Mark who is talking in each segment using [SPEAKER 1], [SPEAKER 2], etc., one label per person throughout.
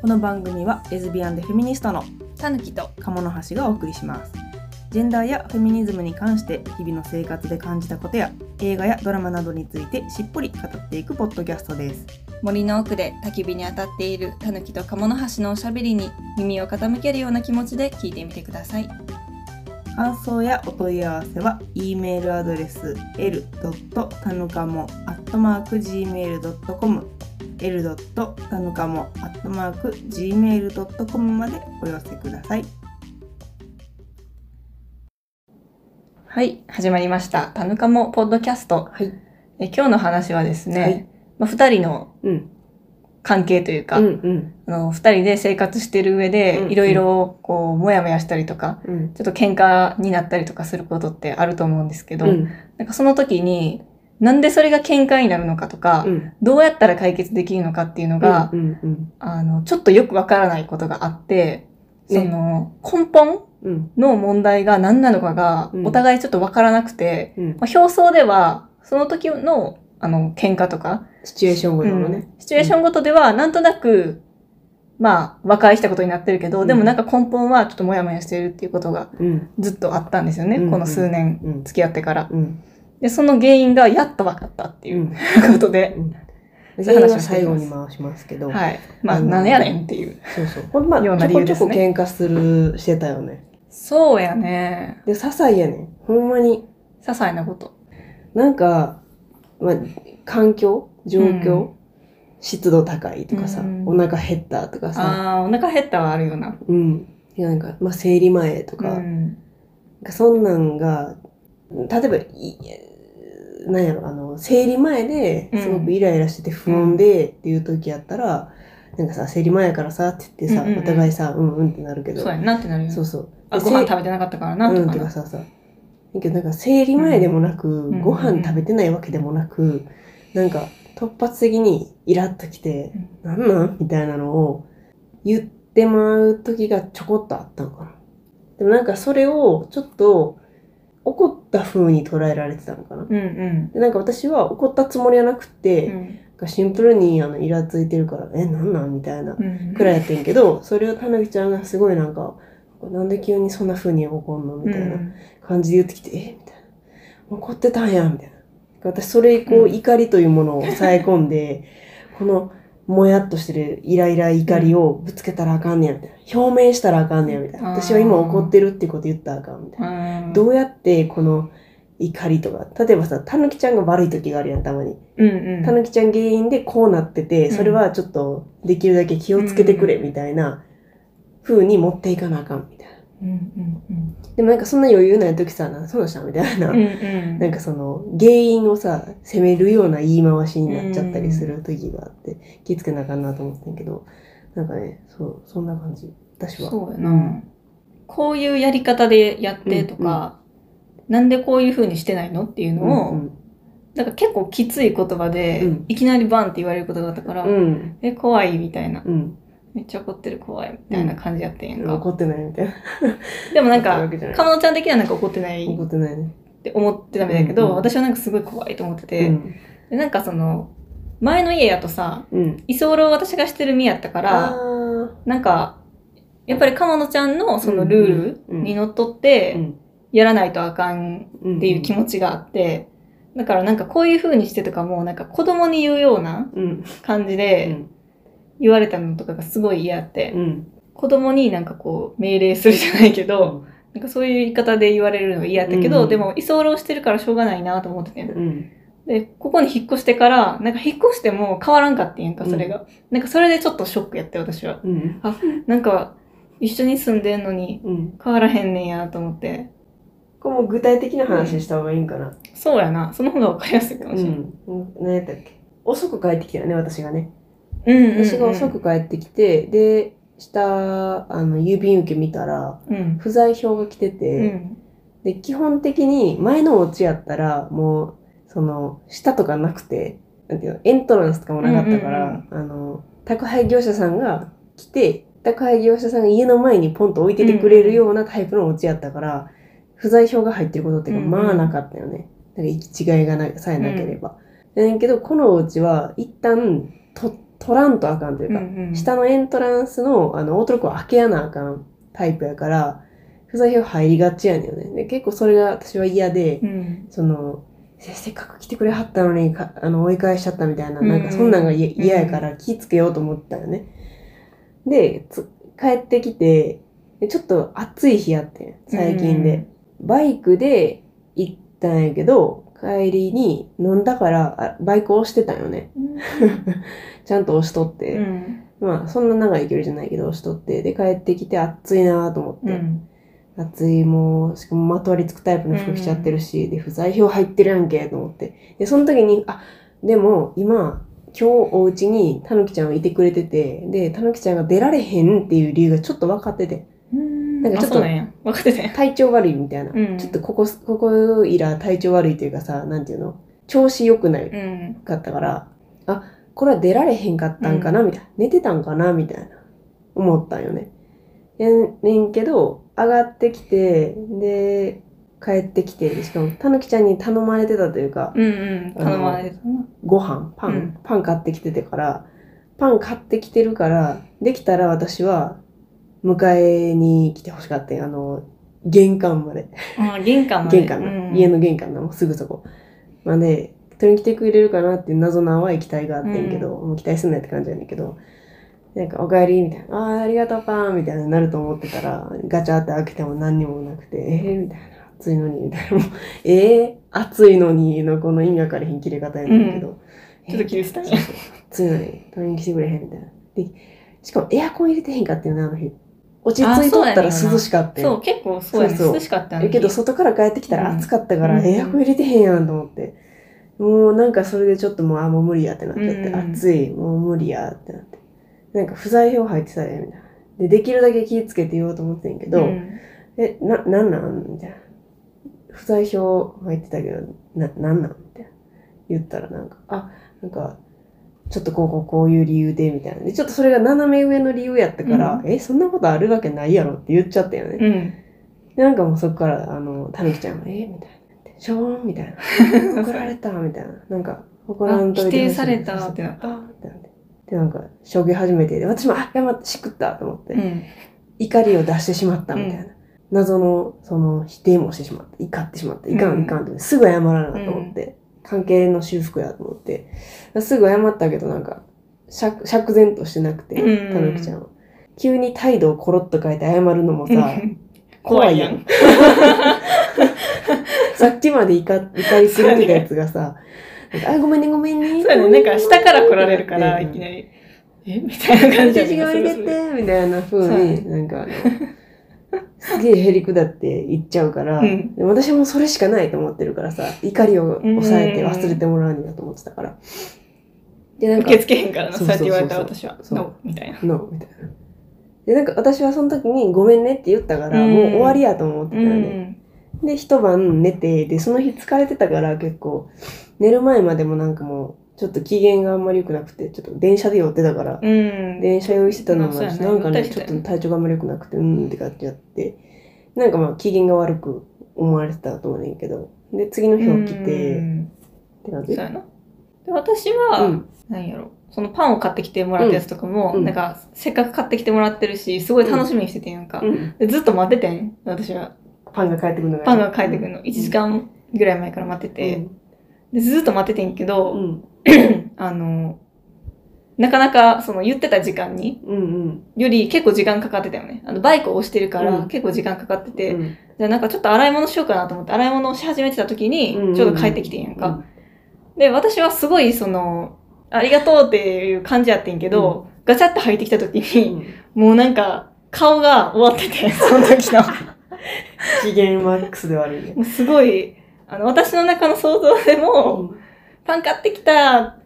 [SPEAKER 1] この番組はレズビアンでフェミニストの
[SPEAKER 2] たぬきと
[SPEAKER 1] 鴨の橋がお送りしますジェンダーやフェミニズムに関して日々の生活で感じたことや映画やドラマなどについてしっぽり語っていくポッドキャストです
[SPEAKER 2] 森の奥で焚き火に当たっているたぬきと鴨の橋のおしゃべりに耳を傾けるような気持ちで聞いてみてください
[SPEAKER 1] 感想やお問い合わせは e メールアドレス l. たぬかも @gmail.com l. たぬかも @gmail.com までお寄せください
[SPEAKER 2] はい始まりましたたぬかもポッドキャスト
[SPEAKER 1] はい
[SPEAKER 2] え今日の話はですね、
[SPEAKER 1] はい
[SPEAKER 2] まあ、2人の
[SPEAKER 1] うん
[SPEAKER 2] 関係というか、
[SPEAKER 1] うん
[SPEAKER 2] あの2人で生活してる上で
[SPEAKER 1] うん
[SPEAKER 2] いろいろこうモヤモヤしたりとか
[SPEAKER 1] うん
[SPEAKER 2] ちょっと喧嘩になったりとかすることってあると思うんですけど、
[SPEAKER 1] ん
[SPEAKER 2] なんかその時になんでそれが喧嘩になるのかとか、
[SPEAKER 1] うん
[SPEAKER 2] どうやったら解決できるのかっていうのが、
[SPEAKER 1] うんうん
[SPEAKER 2] あの、ちょっとよくわからないことがあって、そ
[SPEAKER 1] ね
[SPEAKER 2] の、根本
[SPEAKER 1] うん
[SPEAKER 2] の問題が何なのかが
[SPEAKER 1] う、ん
[SPEAKER 2] お互いちょっとわからなくて、
[SPEAKER 1] うん
[SPEAKER 2] まあ表層では、その時の、あの、喧嘩とか、
[SPEAKER 1] シチュエーションごとの
[SPEAKER 2] う
[SPEAKER 1] ね
[SPEAKER 2] んシチュエーションごとでは、なんとなく、まあ、和解したことになってるけど、
[SPEAKER 1] うん
[SPEAKER 2] でもなんか根本はちょっとモヤモヤしているっていうことが
[SPEAKER 1] うん
[SPEAKER 2] ずっとあったんですよね、
[SPEAKER 1] うん
[SPEAKER 2] この数年
[SPEAKER 1] うん
[SPEAKER 2] 付き合ってから。
[SPEAKER 1] うん
[SPEAKER 2] で、その原因がやっとわかったって
[SPEAKER 1] う
[SPEAKER 2] いうんこと で、
[SPEAKER 1] それは最後に回しますけど、
[SPEAKER 2] はい。まあ、
[SPEAKER 1] あの
[SPEAKER 2] なんやねんっていう。
[SPEAKER 1] そうそうほんまあち
[SPEAKER 2] ような
[SPEAKER 1] ょ
[SPEAKER 2] 理
[SPEAKER 1] こ
[SPEAKER 2] 由
[SPEAKER 1] ち
[SPEAKER 2] で
[SPEAKER 1] ょ
[SPEAKER 2] す
[SPEAKER 1] こ
[SPEAKER 2] ね
[SPEAKER 1] 喧嘩するしてたよね
[SPEAKER 2] そうやね。
[SPEAKER 1] で些細やねんほんまに
[SPEAKER 2] 些細なこと。
[SPEAKER 1] なんか、まあ、環境状況、湿度高いとかさ、
[SPEAKER 2] うん
[SPEAKER 1] お腹減ったとかさ、
[SPEAKER 2] ああーお腹減ったはあるよな。
[SPEAKER 1] うん、いやなんか、まあ、生理前とか、
[SPEAKER 2] ん、
[SPEAKER 1] なんかそんなんが例えばいなんやろあの生理前ですごくイライラしてて不安でっていう時やったら、なんかさ生理前やからさって言ってさ、
[SPEAKER 2] うんうんうん
[SPEAKER 1] お互いさうんうんってなるけど
[SPEAKER 2] そうやんなってなるよ
[SPEAKER 1] そ
[SPEAKER 2] ね
[SPEAKER 1] うそう。
[SPEAKER 2] あ
[SPEAKER 1] で
[SPEAKER 2] ご飯
[SPEAKER 1] せ
[SPEAKER 2] 食べてなかったからなと
[SPEAKER 1] うん、
[SPEAKER 2] か
[SPEAKER 1] てか
[SPEAKER 2] な。
[SPEAKER 1] ささ。だけどなんか生理前でもなく、
[SPEAKER 2] ん
[SPEAKER 1] ご飯食べてないわけでもなく、なんか突発的にイラッときて、なんなんみたいなのを言ってまう時がちょこっとあったのかな。でもなんかそれをちょっと怒った風に捉えられてたのかな。
[SPEAKER 2] うんうん
[SPEAKER 1] でなんか私は怒ったつもりはなくて、
[SPEAKER 2] う
[SPEAKER 1] なん
[SPEAKER 2] ん
[SPEAKER 1] かシンプルにあのイラついてるから、え、なんなんみたいな
[SPEAKER 2] うん
[SPEAKER 1] くらいやってんけど、それをたぬきちゃんがすごいなんか、なんで急にそんな風に怒んのみたいな
[SPEAKER 2] うん
[SPEAKER 1] 感じで言ってきて、えみたいな。怒ってたんや、みたいな。私、それ以降、
[SPEAKER 2] うん
[SPEAKER 1] 怒りというものを抑え込ん で、この、もやっとしてるイライラ怒りをぶつけたらあかんねや、みたいな。表明したらあかんねや、みたいな。
[SPEAKER 2] あー
[SPEAKER 1] 私は今怒ってるってこと言ったらあかん、みたいな。
[SPEAKER 2] うん
[SPEAKER 1] どうやって、この、怒りとか、例えばさ、たぬきちゃんが悪い時があるやん、たまに。
[SPEAKER 2] うんうん
[SPEAKER 1] たぬきちゃん原因でこうなってて、
[SPEAKER 2] うん
[SPEAKER 1] それはちょっとできるだけ気をつけてくれみたいな風に持っていかなあかんみたいな。
[SPEAKER 2] うんうん
[SPEAKER 1] でもなんかそんな余裕ない時さ、なそうしたみたいな。
[SPEAKER 2] うんうん
[SPEAKER 1] なんかその原因をさ、責めるような言い回しになっちゃったりする時があって、気をつけなあかんなと思ってんけど、なんかね、そう、そんな感じ。私は。
[SPEAKER 2] そうやな。こういうやり方でやってとか、なんでこういう風にしてないのっていうのを、
[SPEAKER 1] うん
[SPEAKER 2] なんか結構きつい言葉で、
[SPEAKER 1] うん
[SPEAKER 2] いきなりバンって言われることがあったから、
[SPEAKER 1] うん。
[SPEAKER 2] え怖いみたいな
[SPEAKER 1] うん。
[SPEAKER 2] めっちゃ怒ってる怖いみたいな感じやってんやんか、
[SPEAKER 1] 怒ってないみたいな。
[SPEAKER 2] でもなんか
[SPEAKER 1] 怒ってるわけじゃ
[SPEAKER 2] かのちゃん的にはなんか怒ってない
[SPEAKER 1] ない怒ってないね。
[SPEAKER 2] って思ってたみたいだけど、
[SPEAKER 1] うんうん
[SPEAKER 2] 私はなんかすごい怖いと思ってて、
[SPEAKER 1] うん
[SPEAKER 2] でなんかその前の家やとさ
[SPEAKER 1] うん。
[SPEAKER 2] 居候を私がしてる身やったから
[SPEAKER 1] あ
[SPEAKER 2] なんかやっぱりかまのちゃんのそのルールにのっとって
[SPEAKER 1] ーうん
[SPEAKER 2] やらないとあかん
[SPEAKER 1] うん
[SPEAKER 2] っていう気持ちがあってだからなんかこういう風にしてとかもなんか子供に言うような
[SPEAKER 1] うん。
[SPEAKER 2] 感じ
[SPEAKER 1] う
[SPEAKER 2] で
[SPEAKER 1] ん。
[SPEAKER 2] 言われたのとかがすごい嫌やって
[SPEAKER 1] うん。
[SPEAKER 2] 子供になんかこう命令するじゃないけどなんかそういう言い方で言われるのが嫌やったけ
[SPEAKER 1] うん
[SPEAKER 2] ど
[SPEAKER 1] うん
[SPEAKER 2] でも居候してるからしょうがないなと思ってて
[SPEAKER 1] うん。
[SPEAKER 2] で、ここに引っ越してから、なんか引っ越しても変わらんかってんやんか、それが。なんかそれでちょっとショックやって、私は。
[SPEAKER 1] うん。
[SPEAKER 2] なんか、一緒に住んでんのに
[SPEAKER 1] うん。
[SPEAKER 2] 変わらへんねんやと思って。
[SPEAKER 1] これも具体的な話した方がいいんかな。
[SPEAKER 2] そうやな、その方がわかりやすいかもしれない。
[SPEAKER 1] うん。何やったっけ遅く帰ってきたよね、私がね。
[SPEAKER 2] うんうん、うん。
[SPEAKER 1] 私が遅く帰ってきて、で、下、あの、郵便受け見たら、
[SPEAKER 2] うん。
[SPEAKER 1] 不在票が来て
[SPEAKER 2] う
[SPEAKER 1] て、
[SPEAKER 2] ん。
[SPEAKER 1] で、基本的に前のお家やったら、もう、その、下とかなくて、なんていうの、エントランスとかもなかったから、
[SPEAKER 2] うん
[SPEAKER 1] あの、宅配業者さんが来て、宅配業者さんが家の前にポンと置いててくれるようなタイプのお家やったから、不在票が入ってることっていうか、
[SPEAKER 2] うんうん
[SPEAKER 1] まあなかったよね。なんか行き違いがなさえなければ。だけど、このお家は一旦と取取らんとあかんという
[SPEAKER 2] うん
[SPEAKER 1] か、
[SPEAKER 2] うん、
[SPEAKER 1] 下のエントランスのあのオートロックを開けやなあかんタイプやから、不在票入りがちやねんよね。で、結構それが私は嫌で、
[SPEAKER 2] うん
[SPEAKER 1] その、せせっかく来てくれはったのにかあの追い返しちゃったみたいな、
[SPEAKER 2] うん
[SPEAKER 1] なんかそんなんがい嫌やから気つけようと思ってたよね。で、つ帰ってきて、でちょっと暑い日やってん、最近で。バイクで行ったんやけど、帰りに飲んだから、あバイク押してたんよ ね。
[SPEAKER 2] うん。
[SPEAKER 1] ちゃんと押しとって。
[SPEAKER 2] うん
[SPEAKER 1] まあ、そんな長い距離じゃないけど、押しとって、で、帰ってきて、暑いなと思って、
[SPEAKER 2] うん
[SPEAKER 1] 暑い、もう、しかもまとわりつくタイプの服着ちゃってるし、で、不在票入ってるやんけ、と思って。で、その時に、あ、でも、今、今日お家にたぬきちゃんはいてくれてて、で、たぬきちゃんが出られへんっていう理由がちょっと分かってて、
[SPEAKER 2] うん。
[SPEAKER 1] なんかちょっと
[SPEAKER 2] あそうなんや。分かってたんや
[SPEAKER 1] 体調悪いみたいな。
[SPEAKER 2] うん
[SPEAKER 1] ちょっとここ、ここいら体調悪いというかさ、なんていうの調子良くない
[SPEAKER 2] うん。
[SPEAKER 1] かったから、あ、これは出られへんかったんかな、みたいな。寝てたんかな、みたいな。思ったんよね。やねんけど、上がってきて、で、帰ってきて、しかも、たぬきちゃんに頼まれてたというか、
[SPEAKER 2] うんうん。頼まれてたな。
[SPEAKER 1] ご飯、パン、
[SPEAKER 2] うん
[SPEAKER 1] パン買ってきててから、パン買ってきてるから、できたら私は、迎えに来てほしかったんよあの、玄関まで。
[SPEAKER 2] あー玄関まで。
[SPEAKER 1] 玄関
[SPEAKER 2] う
[SPEAKER 1] の、
[SPEAKER 2] ん
[SPEAKER 1] 家の玄関のすぐそこ。まあね、取りに来てくれるかなっていう謎の淡い期待があってんけど、もう期待すんなよって感じやねんけど、なんか、おかえりみたいな、ああー、ありがとうパンみたいになると思ってたら、ガチャって開けても何にもなくて、えー、みたいな、暑いのに、みたいな、もうえー、暑いのにのこの意味わかれへん切れ方やねんけど、
[SPEAKER 2] ちょっと気にした
[SPEAKER 1] えー
[SPEAKER 2] ね
[SPEAKER 1] そうそう暑いのに取りに来てくれへんみたいな。で、しかもエアコン入れてへんかってんな、あの日。落ち着いとったら涼しかったんよ
[SPEAKER 2] そう、結構そうやね。
[SPEAKER 1] そうそう
[SPEAKER 2] 涼しかったん
[SPEAKER 1] え
[SPEAKER 2] や
[SPEAKER 1] けど外から帰ってきたら
[SPEAKER 2] うん
[SPEAKER 1] 暑かったから、
[SPEAKER 2] うん
[SPEAKER 1] エアコン入れてへんやんと思って、もうなんかそれでちょっともうあもう無理やってなっちゃって、
[SPEAKER 2] うん
[SPEAKER 1] 暑いもう無理やってなってなんか不在票入ってたでみたいなでできるだけ気ぃつけて言おうと思ってんけど、
[SPEAKER 2] うん
[SPEAKER 1] えななんなんみたいな不在票入ってたけどななんなんみたいな言ったらなんかあなんかちょっとこうこうこういう理由でみたいなでちょっとそれが斜め上の理由やったから、えそんなことあるわけないやろって言っちゃったよね、
[SPEAKER 2] うん。
[SPEAKER 1] でなんかもうそこから、あの、たぬきちゃんが、えみたいな。しょーんみたい な。怒られたみたいな。なんか、怒らんといてほしい。。
[SPEAKER 2] あ否定されたってなった
[SPEAKER 1] あーってなって。で、なんか、将棋始めて、で私も、あ、やま、しくったと思って、
[SPEAKER 2] うん。
[SPEAKER 1] 怒りを出してしまったみたいな。
[SPEAKER 2] う
[SPEAKER 1] 謎の、その、否定もしてしまって、怒ってしまって、いか
[SPEAKER 2] うん
[SPEAKER 1] んいかんって、すぐ謝らなと思って、関係の修復やと思って、すぐ謝ったけど、なんか、釈釈然としてなくて、た
[SPEAKER 2] う
[SPEAKER 1] ぬ
[SPEAKER 2] ん
[SPEAKER 1] きちゃんは。急に態度をコロッと変えて謝るのも さ、
[SPEAKER 2] 怖いやん。
[SPEAKER 1] さっきまで怒怒りすぎてたやつがさ、なんかあ、ごめんね、ごめんね。
[SPEAKER 2] そうやね。なんか下から来られるから、いきな
[SPEAKER 1] り。
[SPEAKER 2] り。え みたいな感じやね
[SPEAKER 1] 私が入れて、みたいな風
[SPEAKER 2] そうやね
[SPEAKER 1] に、なんかあの、すげえへりくだって言っちゃうから、
[SPEAKER 2] うん
[SPEAKER 1] で私もそれしかないと思ってるからさ、怒りを抑えて忘れてもらわんやと思ってたから。で、なんか
[SPEAKER 2] 受け、付けへんからな、
[SPEAKER 1] そ
[SPEAKER 2] そ
[SPEAKER 1] うう
[SPEAKER 2] や
[SPEAKER 1] そ
[SPEAKER 2] っ
[SPEAKER 1] う
[SPEAKER 2] て
[SPEAKER 1] そうそう
[SPEAKER 2] 言われた私は。
[SPEAKER 1] そう
[SPEAKER 2] のみたいな。
[SPEAKER 1] の、みたいな。で、なんか私はその時にごめんねって言ったから、
[SPEAKER 2] うん
[SPEAKER 1] もう終わりやと思って
[SPEAKER 2] う
[SPEAKER 1] たよね。
[SPEAKER 2] ん。
[SPEAKER 1] で、一晩寝て、で、その日疲れてたから結構、寝る前までもなんかもう、ちょっと機嫌があんまり良くなくて、ちょっと電車で寄ってたから、
[SPEAKER 2] うん。
[SPEAKER 1] 電車用意してたのも
[SPEAKER 2] まあ
[SPEAKER 1] あるし、
[SPEAKER 2] そうや
[SPEAKER 1] な
[SPEAKER 2] ね
[SPEAKER 1] んか
[SPEAKER 2] ゆ
[SPEAKER 1] ね、
[SPEAKER 2] った
[SPEAKER 1] ちょ
[SPEAKER 2] り
[SPEAKER 1] っ
[SPEAKER 2] して
[SPEAKER 1] と体調があんまり良くなくて、うんって感じやって、なんかまあ機嫌が悪く思われてたと思うねんけど、で、次の日起きて、っ
[SPEAKER 2] うん
[SPEAKER 1] て感
[SPEAKER 2] そう
[SPEAKER 1] じ。
[SPEAKER 2] やな。で、私
[SPEAKER 1] う
[SPEAKER 2] は、
[SPEAKER 1] ん、
[SPEAKER 2] なんやろ。そのパンを買ってきてもらったやつとかも、
[SPEAKER 1] うん
[SPEAKER 2] なんか、せっかく買ってきてもらってるし、すごい楽しみにしててんやんか。
[SPEAKER 1] うん
[SPEAKER 2] でずっと待っててん、私は。
[SPEAKER 1] パンが帰ってくるのが。
[SPEAKER 2] パンが帰ってくるの。1時間ぐらい前から待ってて。でずっと待っててんけ
[SPEAKER 1] う
[SPEAKER 2] ど、
[SPEAKER 1] ん。
[SPEAKER 2] あの、なかなか、その言ってた時間に、
[SPEAKER 1] うん。うん。
[SPEAKER 2] より結構時間かかってたよね。あの、バイクを押してるか
[SPEAKER 1] う
[SPEAKER 2] ら
[SPEAKER 1] ん
[SPEAKER 2] 結構時間かかってて、
[SPEAKER 1] うん
[SPEAKER 2] じゃあなんかちょっと洗い物しようかなと思って洗い物をし始めてた時
[SPEAKER 1] うんうんう
[SPEAKER 2] に、
[SPEAKER 1] ん
[SPEAKER 2] ちょうど帰ってきてんやんか。で、私はすごいその、ありがとうっていう感じやってんけど、ガチャって入ってきた時
[SPEAKER 1] う
[SPEAKER 2] に、
[SPEAKER 1] ん
[SPEAKER 2] もうなんか、顔が終わっ てて、その時の。
[SPEAKER 1] 機嫌マックスで悪いね。
[SPEAKER 2] もうすごい、あの、私の中の想像でも、パン買ってきた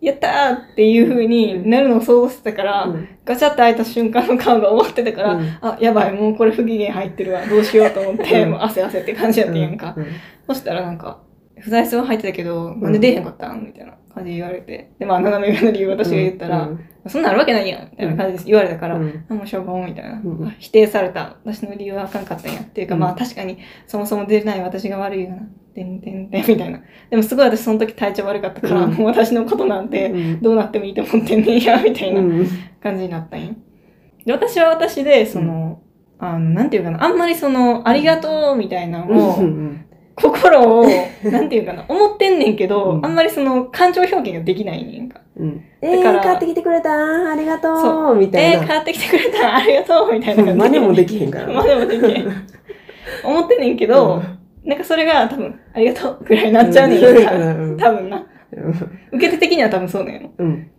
[SPEAKER 2] やったーっていう風になるのを想像してたから、
[SPEAKER 1] うん
[SPEAKER 2] ガチャって開いた瞬間の顔が終わってたから、
[SPEAKER 1] うん
[SPEAKER 2] あ、やばい、もうこれ不機嫌入ってるわ、どうしようと思って、
[SPEAKER 1] うん
[SPEAKER 2] もう汗汗って感じやってんやんか。
[SPEAKER 1] うんうん
[SPEAKER 2] そしたらなんか、不在数は入ってたけど、なんで出えへんかったんみたいな感じで言われて。で、まあ、斜め上の理由私が言ったら、
[SPEAKER 1] うん
[SPEAKER 2] そんなんあるわけないやんみたいな感じで言われたから、
[SPEAKER 1] うん
[SPEAKER 2] あ、もうしょうがんみたいな、
[SPEAKER 1] うん
[SPEAKER 2] あ否定された。私の理由はあかんかったんや。っていうか、
[SPEAKER 1] うん
[SPEAKER 2] まあ確かに、そもそも出れない私が悪いよな。てんてんてんみたいな。でもすごい私その時体調悪かったから、
[SPEAKER 1] うん
[SPEAKER 2] もう私のことなんて、
[SPEAKER 1] うん
[SPEAKER 2] どうなってもいいと思ってんねんや、みたいな
[SPEAKER 1] うん
[SPEAKER 2] 感じになったんや。で、私は私で、その、あの、なんていうかな、あんまりその、ありがとうみたいなのを、
[SPEAKER 1] うん
[SPEAKER 2] 心を、なんていうかな、思ってんねんけど、
[SPEAKER 1] うん
[SPEAKER 2] あんまりその、感情表現ができないねんか。
[SPEAKER 1] うん
[SPEAKER 2] だ
[SPEAKER 1] え
[SPEAKER 2] か
[SPEAKER 1] ー、
[SPEAKER 2] ら
[SPEAKER 1] 買ってきてくれたありがと
[SPEAKER 2] そう
[SPEAKER 1] みたい
[SPEAKER 2] えー、
[SPEAKER 1] な。
[SPEAKER 2] 買ってきてくれたありがとうみたいな感じで。
[SPEAKER 1] 真似もできへんから。
[SPEAKER 2] まあでもできへん。思ってんねんけど、なんかそれが多分、ありがとうぐらいになっちゃう
[SPEAKER 1] う
[SPEAKER 2] ねん
[SPEAKER 1] ん
[SPEAKER 2] やんか。
[SPEAKER 1] うん
[SPEAKER 2] 多分な。受け手的には多分そうなんやろ。
[SPEAKER 1] うん。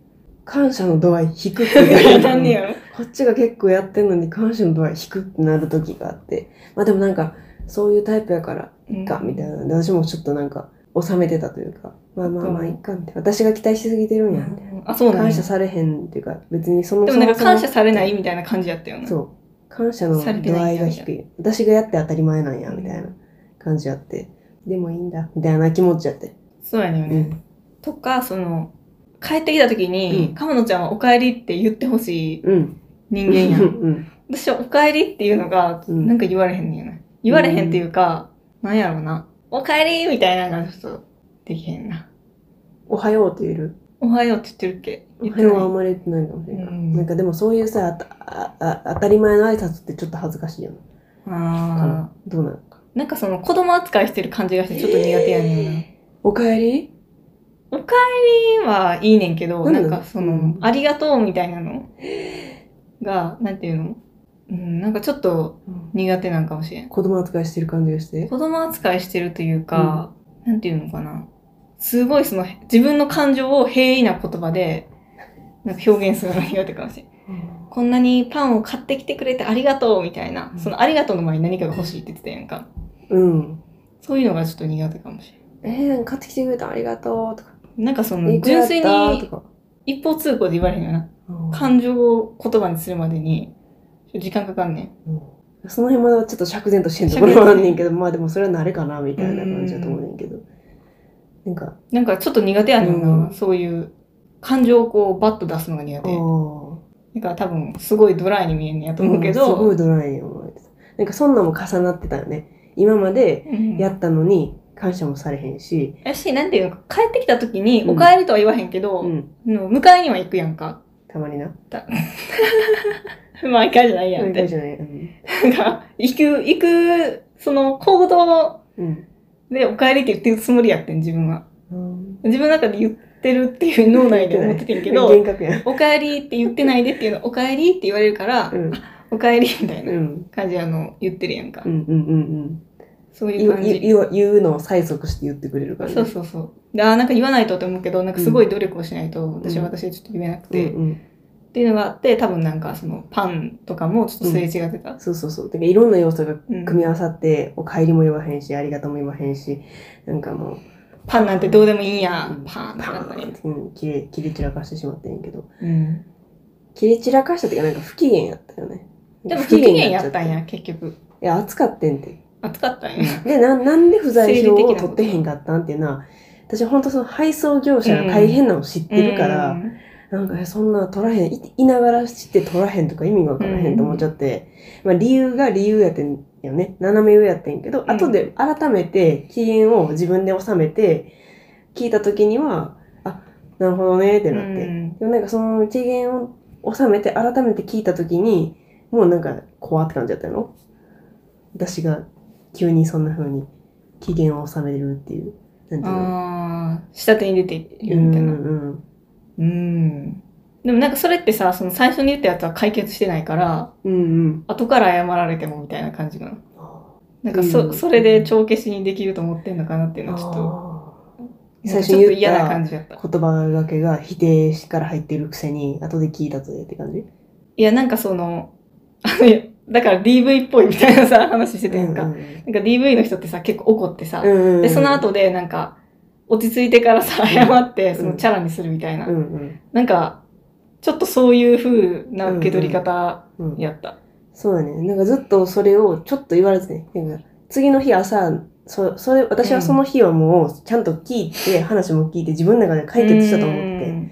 [SPEAKER 1] 感謝の度合い低く
[SPEAKER 2] なんねやろ。
[SPEAKER 1] こっちが結構やってんのに感謝の度合い低くなる時があって。まあでもなんか、そういうタイプやから、
[SPEAKER 2] う
[SPEAKER 1] い
[SPEAKER 2] ん
[SPEAKER 1] っか、みたいな。で私もちょっとなんか、収めてたというか、まあまあまあ、いっか、みたいな。私が期待しすぎてるんや、みたい
[SPEAKER 2] あ、そう
[SPEAKER 1] な。
[SPEAKER 2] なん
[SPEAKER 1] 感
[SPEAKER 2] や
[SPEAKER 1] 謝。されへんっていうか、別にその
[SPEAKER 2] でもなんか
[SPEAKER 1] そも
[SPEAKER 2] 感
[SPEAKER 1] そ
[SPEAKER 2] 謝されないみたいな感じやったよ
[SPEAKER 1] も
[SPEAKER 2] な。
[SPEAKER 1] そう。感謝の
[SPEAKER 2] されて
[SPEAKER 1] 度
[SPEAKER 2] な
[SPEAKER 1] 合
[SPEAKER 2] いん
[SPEAKER 1] い
[SPEAKER 2] や
[SPEAKER 1] が低い。私がやって当たり前なんや、みたいな感じやって。でもいいんだ、みたいな気持ちやって。
[SPEAKER 2] そうやねんよ
[SPEAKER 1] う
[SPEAKER 2] ね。
[SPEAKER 1] ん。
[SPEAKER 2] とか、その、帰ってきた時に、
[SPEAKER 1] うん
[SPEAKER 2] かものちゃんはお帰りって言ってほしい
[SPEAKER 1] うん。
[SPEAKER 2] 人 間や。
[SPEAKER 1] うんん。
[SPEAKER 2] 私はお帰りっていうのが、
[SPEAKER 1] うん
[SPEAKER 2] なんか言われへんねんよね。言われへんっていうか、なんやろうな。お帰りみたいなのがちょっとできへんな。
[SPEAKER 1] おはようって言える
[SPEAKER 2] おはようって言ってるっけ
[SPEAKER 1] お
[SPEAKER 2] 言っ
[SPEAKER 1] は
[SPEAKER 2] て
[SPEAKER 1] よ
[SPEAKER 2] ない
[SPEAKER 1] うはあんまり言ってないかもしれない、
[SPEAKER 2] うん
[SPEAKER 1] なんかでもそういうさあたああ当たり前の挨拶ってちょっと恥ずかしいよねか
[SPEAKER 2] あ
[SPEAKER 1] などうなのか
[SPEAKER 2] ーなんかその子供扱いしてる感じがしてちょっと苦手やね
[SPEAKER 1] おかえり
[SPEAKER 2] んな。おかえりはいいねんけど、
[SPEAKER 1] なん
[SPEAKER 2] な
[SPEAKER 1] で
[SPEAKER 2] んかそうの
[SPEAKER 1] ん、
[SPEAKER 2] ありがとうみたいなのが、なんていうのうん、なんかちょっと苦手なんかもしれん。
[SPEAKER 1] 子供扱いしてる感じがして
[SPEAKER 2] 子供扱いしてるというか、なんていうのかな。すごいその、自分の感情を平易な言葉で、なんか表現するのが苦手かもしれん。こんなにパンを買ってきてくれてありがとうみたいな、そのありがとうの前に何かが欲しいって言ってたやんか。
[SPEAKER 1] うん
[SPEAKER 2] そういうのがちょっと苦手かもしれん。
[SPEAKER 1] えー、なんか買ってきてくれたありがとうとか
[SPEAKER 2] なんか
[SPEAKER 1] い
[SPEAKER 2] その、
[SPEAKER 1] くらや
[SPEAKER 2] 純
[SPEAKER 1] った
[SPEAKER 2] 粋
[SPEAKER 1] と
[SPEAKER 2] に
[SPEAKER 1] か
[SPEAKER 2] 一方通行で言われへんよな。感情を言葉にするまでに、時間かかんねん。
[SPEAKER 1] うんその辺まだちょっと釈然としてんところはあんねんけどまあでもそれは慣れかなみたいな感じだと思うねんけどなんか
[SPEAKER 2] なんかちょっと苦手やねんな、
[SPEAKER 1] うん
[SPEAKER 2] そういう、感情をこう、バッと出すのが苦
[SPEAKER 1] あ
[SPEAKER 2] 手。
[SPEAKER 1] ー
[SPEAKER 2] だから多分、すごいドライに見えんねやと思うけど、
[SPEAKER 1] んすごいドライに思われてたなんかそんなんも重なってたよね今まで
[SPEAKER 2] うん
[SPEAKER 1] やったのに感謝もされへんし、
[SPEAKER 2] やし、なんていうのか、帰ってきた時に、
[SPEAKER 1] うん
[SPEAKER 2] お帰りとは言わへんけど、
[SPEAKER 1] うん、
[SPEAKER 2] でも迎えには行くやんか。
[SPEAKER 1] たまにな。
[SPEAKER 2] 毎回じゃないや
[SPEAKER 1] そうい
[SPEAKER 2] んっ
[SPEAKER 1] う感じ。
[SPEAKER 2] て
[SPEAKER 1] じゃない。うん
[SPEAKER 2] なんか、 行く、行く、その行動
[SPEAKER 1] うん
[SPEAKER 2] でお帰りって言ってるつもりやってん、自分は。
[SPEAKER 1] うん。
[SPEAKER 2] 自分の中で言ってるっていう脳内で思っててんけど、
[SPEAKER 1] 幻覚やん。
[SPEAKER 2] お帰りって言ってないでっていうの、お帰りって言われるから、
[SPEAKER 1] うん
[SPEAKER 2] お帰りみたい
[SPEAKER 1] うんう
[SPEAKER 2] なん感じであの、言ってるやんか。
[SPEAKER 1] うんうん
[SPEAKER 2] そう
[SPEAKER 1] うん。
[SPEAKER 2] いう感
[SPEAKER 1] 言う
[SPEAKER 2] じ。
[SPEAKER 1] 言う言うのを催促して言ってくれるからね。
[SPEAKER 2] そうそうそう。であーなんか言わないとって思うけど、なんかすごい努力をしないと、私は私でちょっと言えなくて、
[SPEAKER 1] うんうん
[SPEAKER 2] っていうのがあって、多分なんかそのパンとかもちょっとすれ違ってた。
[SPEAKER 1] そうそうそう。だからいろんな要素が
[SPEAKER 2] うん
[SPEAKER 1] 組み合わさって、お帰りも言わへんし、ありがとうも言わへんし、なんかもう、
[SPEAKER 2] パンなんてどうでもいいんや、
[SPEAKER 1] うん
[SPEAKER 2] パンって
[SPEAKER 1] パ
[SPEAKER 2] なった
[SPEAKER 1] ーンっ
[SPEAKER 2] り。
[SPEAKER 1] て、うん、切れ、切れ散らかしてしまってんけど。
[SPEAKER 2] うん
[SPEAKER 1] 切れ散らかしたっていうか、なんか不機嫌やったよね。
[SPEAKER 2] でも不機嫌やった
[SPEAKER 1] 不機
[SPEAKER 2] ん
[SPEAKER 1] になちゃ
[SPEAKER 2] や、結局。
[SPEAKER 1] て。いや、暑かってんて。
[SPEAKER 2] 暑かったんや。
[SPEAKER 1] でな、なんで不在票を取ってへんかったんっていうのは、私本当その配送業者が大変なの知ってるから、
[SPEAKER 2] うん
[SPEAKER 1] なんかえそんな取らへんい、いながら知って取らへんとか意味がわからへんと思っちゃって、まあ理由が理由やってんよね。斜め上やってんけど、
[SPEAKER 2] ん
[SPEAKER 1] 後で改めて機嫌を自分で収めて、聞いた時には、あ、なるほどねってなって。
[SPEAKER 2] うん
[SPEAKER 1] でもなんかその機嫌を収めて改めて聞いた時にもうなんか怖って感じだったの私が急にそんな風に機嫌を収めるっていうなんていうの
[SPEAKER 2] ああ、下手に出ていうるみたいな。
[SPEAKER 1] んうん
[SPEAKER 2] うん。でもなんかそれってさ、その最初に言ったやつは解決してないから、
[SPEAKER 1] うんうん
[SPEAKER 2] 後から謝られてもみたいな感じかな。なんか
[SPEAKER 1] う
[SPEAKER 2] そ、
[SPEAKER 1] ん
[SPEAKER 2] それで帳消しにできると思ってんのかなっていうのはちょっと、
[SPEAKER 1] 最初
[SPEAKER 2] ちょ
[SPEAKER 1] に言
[SPEAKER 2] っと
[SPEAKER 1] った
[SPEAKER 2] 嫌な感じだった。
[SPEAKER 1] 言葉がけが否定しから入ってるくせに後で聞いたとでって感じ
[SPEAKER 2] いや、なんかその、あの、だから DV っぽいみたいなさ、話しててんか。
[SPEAKER 1] うん
[SPEAKER 2] なんか DV の人ってさ、結構怒ってさ、
[SPEAKER 1] うん
[SPEAKER 2] で、その後でなんか、落ち着いてからさ、謝って、そのチャラにするみたいな。
[SPEAKER 1] うんうん
[SPEAKER 2] なんか、ちょっとそういう風な受け取り方
[SPEAKER 1] うん
[SPEAKER 2] やった。
[SPEAKER 1] そうだね。なんかずっとそれをちょっと言われてね。なんか次の日朝、そそれ私はその日はもうちゃんと聞いて、話も聞いて自分の中で解決したと思って、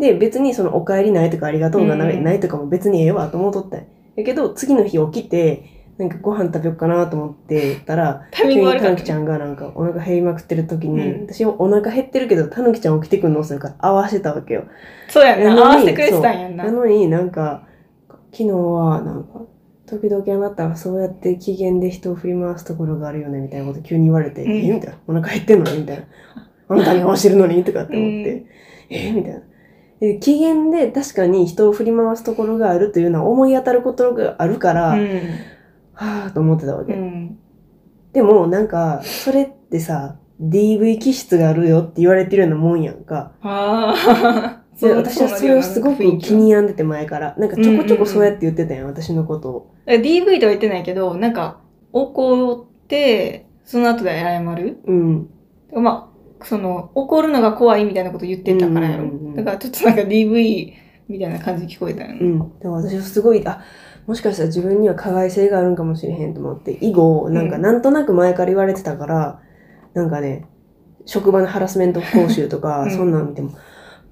[SPEAKER 2] て。
[SPEAKER 1] で、別にそのお帰りないとかありがとうがな
[SPEAKER 2] う
[SPEAKER 1] い,、
[SPEAKER 2] ん
[SPEAKER 1] ないとかも別にええわと思っとったんややけど、次の日起きて、なんかご飯食べようかなと思ってたら、
[SPEAKER 2] タイミン
[SPEAKER 1] 急
[SPEAKER 2] グ
[SPEAKER 1] に
[SPEAKER 2] 悪
[SPEAKER 1] た
[SPEAKER 2] かっ
[SPEAKER 1] ぬきち
[SPEAKER 2] た。
[SPEAKER 1] ゃんがなんかお腹減りまくってる時に、
[SPEAKER 2] うん
[SPEAKER 1] 私はお腹減ってるけど、たぬきちゃん起きてくんの遅いから合わせたわけよ。
[SPEAKER 2] そうやんな。
[SPEAKER 1] な
[SPEAKER 2] 合
[SPEAKER 1] のに
[SPEAKER 2] わせてくれてたんやんな
[SPEAKER 1] な。のになんか、昨日はなんか、時々あなたはそうやって機嫌で人を振り回すところがあるよねみたいなこと急に言われて、
[SPEAKER 2] うん
[SPEAKER 1] えみたいな。お腹減ってんのにみたい な。あなたに合わせてるのにとかって思って、
[SPEAKER 2] うん
[SPEAKER 1] えみたいな。で機嫌で確かに人を振り回すところがあるというのは思い当たることがあるから、
[SPEAKER 2] う
[SPEAKER 1] は
[SPEAKER 2] ん。
[SPEAKER 1] ぁと思ってたわけ。
[SPEAKER 2] うん。
[SPEAKER 1] でもなんか、それってさ、DV 気質があるよって言われてるようなもんやんか。
[SPEAKER 2] ああ。
[SPEAKER 1] で私はそれをすごく気に病んでて前から。なんかちょこちょこそうやって言ってたやん、私のことを。
[SPEAKER 2] DV とは言ってないけど、なんか、怒って、その後で謝る
[SPEAKER 1] うん。
[SPEAKER 2] まあ、その、怒るのが怖いみたいなこと言ってたからやろ
[SPEAKER 1] うんうんうん。
[SPEAKER 2] だからちょっとなんか DV みたいな感じに聞こえたよ
[SPEAKER 1] う
[SPEAKER 2] ね。
[SPEAKER 1] ん。だから私はすごい、あ、もしかしたら自分には加害性があるんかもしれへんと思って、以後、なんか
[SPEAKER 2] うん
[SPEAKER 1] なんとなく前から言われてたから、なんかね、職場のハラスメント講習とか、
[SPEAKER 2] うん
[SPEAKER 1] そんなの見ても、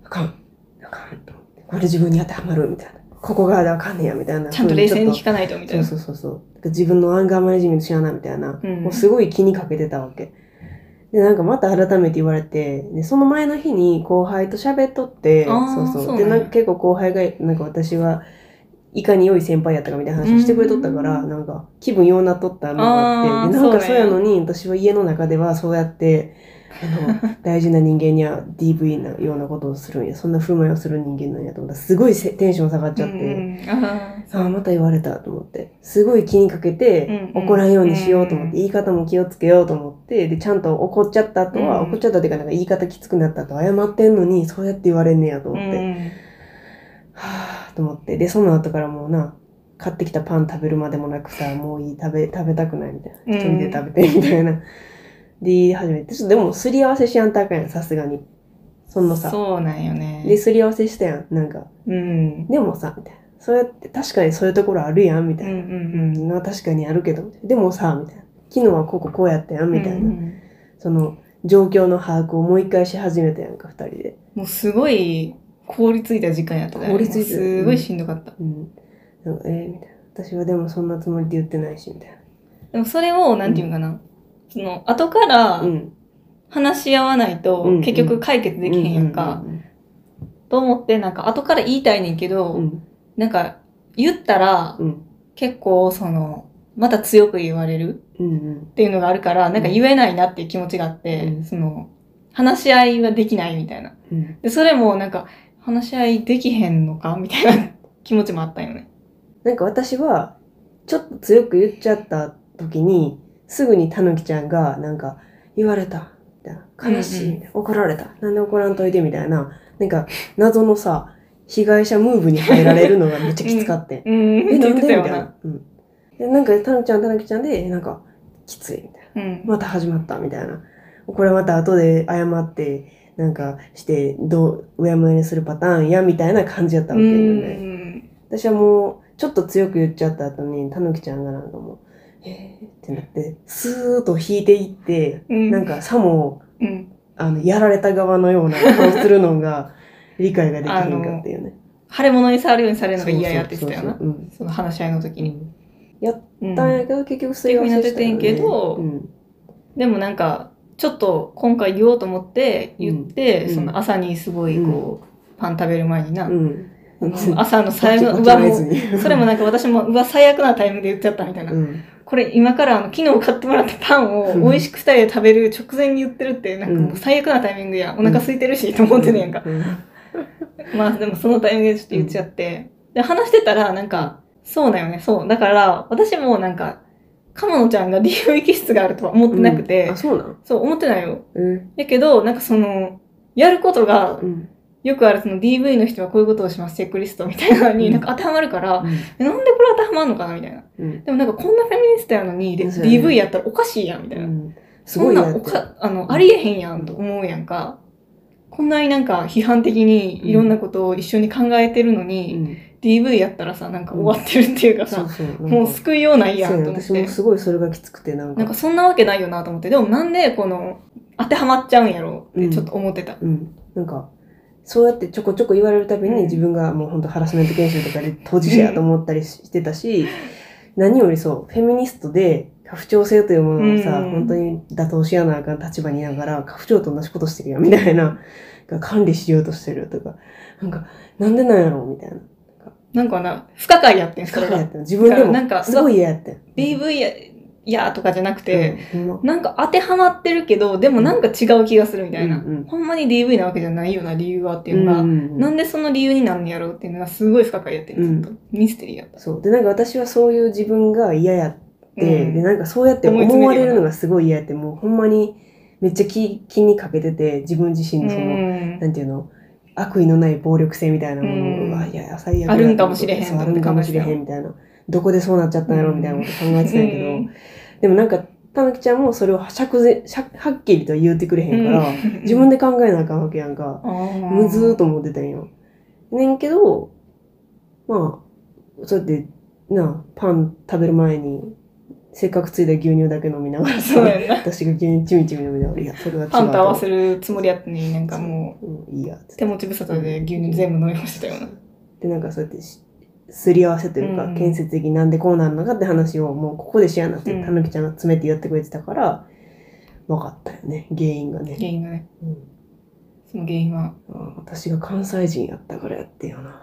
[SPEAKER 1] あかん、あかんと思って、これ自分に当てはまるみたいな。ここがあかんねや、みたいな。
[SPEAKER 2] ちゃんと冷静に聞
[SPEAKER 1] く。
[SPEAKER 2] かないとみたい
[SPEAKER 1] そう
[SPEAKER 2] な。
[SPEAKER 1] そうそうそう。だから自分のアンガーマネジメントしなな、みたいな。
[SPEAKER 2] うん
[SPEAKER 1] もうすごい気にかけてたわけ。で、なんかまた改めて言われて、で、その前の日に後輩と喋っとって、
[SPEAKER 2] あー
[SPEAKER 1] そうそう。
[SPEAKER 2] そうなん
[SPEAKER 1] で、
[SPEAKER 2] や
[SPEAKER 1] なんか結構後輩が、なんか私は、いかに良い先輩やったかみたいな話をしてくれとったから、
[SPEAKER 2] う
[SPEAKER 1] なんか気分ようなっとったのがあって、で、
[SPEAKER 2] あー
[SPEAKER 1] なんか
[SPEAKER 2] そ
[SPEAKER 1] そうう
[SPEAKER 2] なん
[SPEAKER 1] や
[SPEAKER 2] や
[SPEAKER 1] のに、私は家の中ではそうやって、あの、大事な人間には DV なようなことをするんや、そんな振る舞いをする人間なんやと思ったら、すごいせテンション下がっちゃって、
[SPEAKER 2] うんうんあ
[SPEAKER 1] ああ、また言われたと思って。すごい気にかけて、
[SPEAKER 2] うんうん
[SPEAKER 1] 怒らんようにしようと思って、
[SPEAKER 2] うん
[SPEAKER 1] 言い方も気をつけようと思って、で、ちゃんと怒っちゃった後は、
[SPEAKER 2] うん
[SPEAKER 1] 怒っちゃったっていうか、なんか言い方きつくなった後、謝ってんのに、そうやって言われんねやと
[SPEAKER 2] ー
[SPEAKER 1] 思って、は
[SPEAKER 2] うん
[SPEAKER 1] ぁと思って。で、その後からもうな、買ってきたパン食べるまでもなくさ、もういい、食べ、食べたくないみたいな。一
[SPEAKER 2] うん
[SPEAKER 1] 人で食べて、みた いな。で、言い始めて、ちょっとでも、すり合わせしやんとあかんやん、さすがに。そのさ。
[SPEAKER 2] そうなんよね。
[SPEAKER 1] で、すり合わせしたやん、なんか。
[SPEAKER 2] うん。
[SPEAKER 1] でもさ、みたいな。そうやって、確かにそういうところあるやん、みた
[SPEAKER 2] う
[SPEAKER 1] い
[SPEAKER 2] ん
[SPEAKER 1] な
[SPEAKER 2] う。
[SPEAKER 1] うんん、まあ確かにあるけど、でもさ、みたいな。昨日はこここうやったやん、
[SPEAKER 2] うん。
[SPEAKER 1] みたいな。
[SPEAKER 2] うん
[SPEAKER 1] その、状況の把握をもう一回し始めたやんか、二人で。
[SPEAKER 2] もうすごい凍りついた時間やったね
[SPEAKER 1] 凍りついてた
[SPEAKER 2] すごいしんどかった。
[SPEAKER 1] うん。なんかえーみたいな。私はでもそんなつもりで言ってないし、みたい
[SPEAKER 2] でもそれを、なんていうんかな。その、後から
[SPEAKER 1] な。うん。
[SPEAKER 2] 話し合わないと
[SPEAKER 1] うん、
[SPEAKER 2] 結局解決できへんやんか。
[SPEAKER 1] うん。
[SPEAKER 2] と思って、なんか後から言いたいねんけ
[SPEAKER 1] う
[SPEAKER 2] ど、
[SPEAKER 1] ん。
[SPEAKER 2] なんか言ったら
[SPEAKER 1] う、ん。
[SPEAKER 2] 結構その、また強く言われる
[SPEAKER 1] うん。うん
[SPEAKER 2] っていうのがあるから、なんか言えないなっていう気持ちがあって、
[SPEAKER 1] うん
[SPEAKER 2] その、話し合いはできないみたいな。
[SPEAKER 1] うん。
[SPEAKER 2] で、それもなんか、話し合いできへんのかみたいな気持ちもあったよね。
[SPEAKER 1] なんか私は、ちょっと強く言っちゃった時に、すぐにたぬきちゃんが、なんか、言われた、みたいな。悲しい、
[SPEAKER 2] うんうん
[SPEAKER 1] みたいな怒られた。なんで怒らんといて、みたいな。なんか、謎のさ、被害者ムーブに入られるのが めっちゃきつかって。
[SPEAKER 2] うん、
[SPEAKER 1] え、なん
[SPEAKER 2] 言っ
[SPEAKER 1] で
[SPEAKER 2] て
[SPEAKER 1] みたい
[SPEAKER 2] たよな。
[SPEAKER 1] な。うん。でなんか、たぬきちゃん、たぬきちゃんで、えなんか、きつい、みたいな。
[SPEAKER 2] うん。
[SPEAKER 1] また始まった、みたいな。これまた後で謝って、なんかして、どう、うやむやにするパターンや、みたいな感じやったわ
[SPEAKER 2] う
[SPEAKER 1] けよね。
[SPEAKER 2] ん。
[SPEAKER 1] 私はもう、ちょっと強く言っちゃった後に、たぬきちゃんがなんかもう、えーってなって、スーッと引いていって、
[SPEAKER 2] うん。
[SPEAKER 1] なん、かさも、
[SPEAKER 2] うん。
[SPEAKER 1] あの、やられた側のような顔するの が、理解ができへんかっていうね。
[SPEAKER 2] 腫れ物に触るようにされるのが嫌やって言ってたよ
[SPEAKER 1] そ
[SPEAKER 2] な
[SPEAKER 1] う。そうそうそう
[SPEAKER 2] その話し合いの
[SPEAKER 1] う
[SPEAKER 2] 時
[SPEAKER 1] ん。
[SPEAKER 2] に。
[SPEAKER 1] やっ
[SPEAKER 2] うん
[SPEAKER 1] たんやけど、結局すり合わせしたよね
[SPEAKER 2] っていうふうになっててんけど
[SPEAKER 1] うん。
[SPEAKER 2] でもなんか、ちょっと今回言おうと思って言って、
[SPEAKER 1] うん
[SPEAKER 2] その朝にすごいこう、パン食べる前にな、
[SPEAKER 1] うん。
[SPEAKER 2] あの 朝の最後、
[SPEAKER 1] 後
[SPEAKER 2] うわ、もう、それもなんか私も、うわ、最悪なタイムで言っちゃったみたいな。
[SPEAKER 1] うん。
[SPEAKER 2] これ今からあの、昨日買ってもらったパンを美味しく二人で食べる直前に言ってるって、なんかもう最悪なタイミングや。お
[SPEAKER 1] ん
[SPEAKER 2] 腹空いてるし、と思ってねやんか。
[SPEAKER 1] う。
[SPEAKER 2] まあでもそのタイミングでちょっと言っちゃって。で、話してたら、なんか、そうだよね、そう。だから、私もなんか、かものちゃんが DV 気質があるとは思ってなくて、
[SPEAKER 1] うんあ、そうなん
[SPEAKER 2] そう思ってないよ。
[SPEAKER 1] うん。
[SPEAKER 2] だけど、なんかその、やることが
[SPEAKER 1] う、ん。
[SPEAKER 2] よくあるその DV の人はこういうことをします、チェックリストみたいなの
[SPEAKER 1] う
[SPEAKER 2] に、
[SPEAKER 1] ん
[SPEAKER 2] なんか当てはまるから、えなんでこれ当てはまるのかなみたいな。
[SPEAKER 1] うん。
[SPEAKER 2] でもなんかこんなフェミニストやのに、で
[SPEAKER 1] そうやね
[SPEAKER 2] DV やったらおかしいやん、みたいうな。
[SPEAKER 1] ん。す
[SPEAKER 2] そ
[SPEAKER 1] ご
[SPEAKER 2] ん
[SPEAKER 1] い
[SPEAKER 2] な
[SPEAKER 1] なっ
[SPEAKER 2] んお
[SPEAKER 1] て。
[SPEAKER 2] か、あの、ありえへんやんと思うやんか。こんなになんか批判的にいろんなことを一緒に考えてるの
[SPEAKER 1] う
[SPEAKER 2] に、
[SPEAKER 1] ん
[SPEAKER 2] DV やったらさ、なんか終わってるっていうか
[SPEAKER 1] そう
[SPEAKER 2] さ、
[SPEAKER 1] そう。なんか
[SPEAKER 2] もう救いようないやん
[SPEAKER 1] そ
[SPEAKER 2] と
[SPEAKER 1] う
[SPEAKER 2] 思
[SPEAKER 1] や
[SPEAKER 2] って。
[SPEAKER 1] 私もすごいそれがきつくて、なんか。
[SPEAKER 2] なんかそんなわけないよなと思って、でもなんでこの、当てはまっちゃうんやろうっ
[SPEAKER 1] うん
[SPEAKER 2] てちょっと思ってた。
[SPEAKER 1] うん。なんか、そうやってちょこちょこ言われるたび
[SPEAKER 2] うん
[SPEAKER 1] に自分がもう本当ハラスメント研修とかで当事者やと思ったりしてたし、何よりそう、フェミニストで、家父長制というものをさ、
[SPEAKER 2] うん
[SPEAKER 1] 本当に打倒しやなあかん立場にいながら、家父長と同じことしてるやん、みたいな。が管理しようとしてるとか、なんか、なんでなんやろうみたいな。
[SPEAKER 2] なんかな、不可解やってん、それ
[SPEAKER 1] そうや
[SPEAKER 2] が
[SPEAKER 1] っ。たの自分 で
[SPEAKER 2] だからなん
[SPEAKER 1] も、
[SPEAKER 2] か
[SPEAKER 1] すごい嫌やってん。
[SPEAKER 2] DV ややとかじゃなくて、
[SPEAKER 1] うん、ほんま
[SPEAKER 2] なんか当てはまってるけど、でもなんか違う気がするみたいな。
[SPEAKER 1] うんうん
[SPEAKER 2] ほんまに DV なわけじゃないような理由はっていうのが、
[SPEAKER 1] うんうんうん
[SPEAKER 2] なんでその理由になるんやろうっていうのがすごい不可解やってる、
[SPEAKER 1] うん
[SPEAKER 2] ずっとミステリーやった。
[SPEAKER 1] そう。で、なんか私はそういう自分が嫌やって、
[SPEAKER 2] うん
[SPEAKER 1] で、なんかそうやって
[SPEAKER 2] 思い
[SPEAKER 1] 思
[SPEAKER 2] 詰
[SPEAKER 1] わ
[SPEAKER 2] める
[SPEAKER 1] れ
[SPEAKER 2] よね
[SPEAKER 1] るのがすごい嫌やって、もうほんまにめっちゃ気気にかけてて、自分自身のその、
[SPEAKER 2] うん
[SPEAKER 1] なんていうの、悪意のない暴力性みたいなものを、
[SPEAKER 2] う
[SPEAKER 1] うんわ、いや、最悪だ
[SPEAKER 2] あるんかもしれへん
[SPEAKER 1] そうあるんかもしれへんみたいな。どこでそうなっちゃったんやろみたいなこと考えてたんやけど、でもなんか、たぬきちゃんもそれをはしゃくぜしゃはっきりと言うてくれへんから、自分
[SPEAKER 2] で、
[SPEAKER 1] で考えなあかんわけやんか。む
[SPEAKER 2] む
[SPEAKER 1] ずーと思ってたんよ。ねんけど、まあ、そうやって、なあ、パン食べる前に、せっかくついた牛乳だけ飲みながら
[SPEAKER 2] そう
[SPEAKER 1] さ、
[SPEAKER 2] やんな。
[SPEAKER 1] 私が牛乳ちみちみ飲みながら、いや、それは違う。
[SPEAKER 2] パンと合わせ
[SPEAKER 1] る。
[SPEAKER 2] るつもりやったのに、なんかも
[SPEAKER 1] うん、いいや、つっ
[SPEAKER 2] う、
[SPEAKER 1] て
[SPEAKER 2] 手。持ち無沙汰で牛乳全部飲み干してたような。
[SPEAKER 1] で、なんかそうやってし、すり合わせというか、
[SPEAKER 2] うん
[SPEAKER 1] 建設的になんでこうなんのかって話を、もうここでしやなって、
[SPEAKER 2] うん
[SPEAKER 1] たぬきちゃんが詰めてやってくれてたから、分かったよね、原因がね。
[SPEAKER 2] 原因がね。
[SPEAKER 1] うん
[SPEAKER 2] その原因は、
[SPEAKER 1] あ私が関西人やったからやってよな。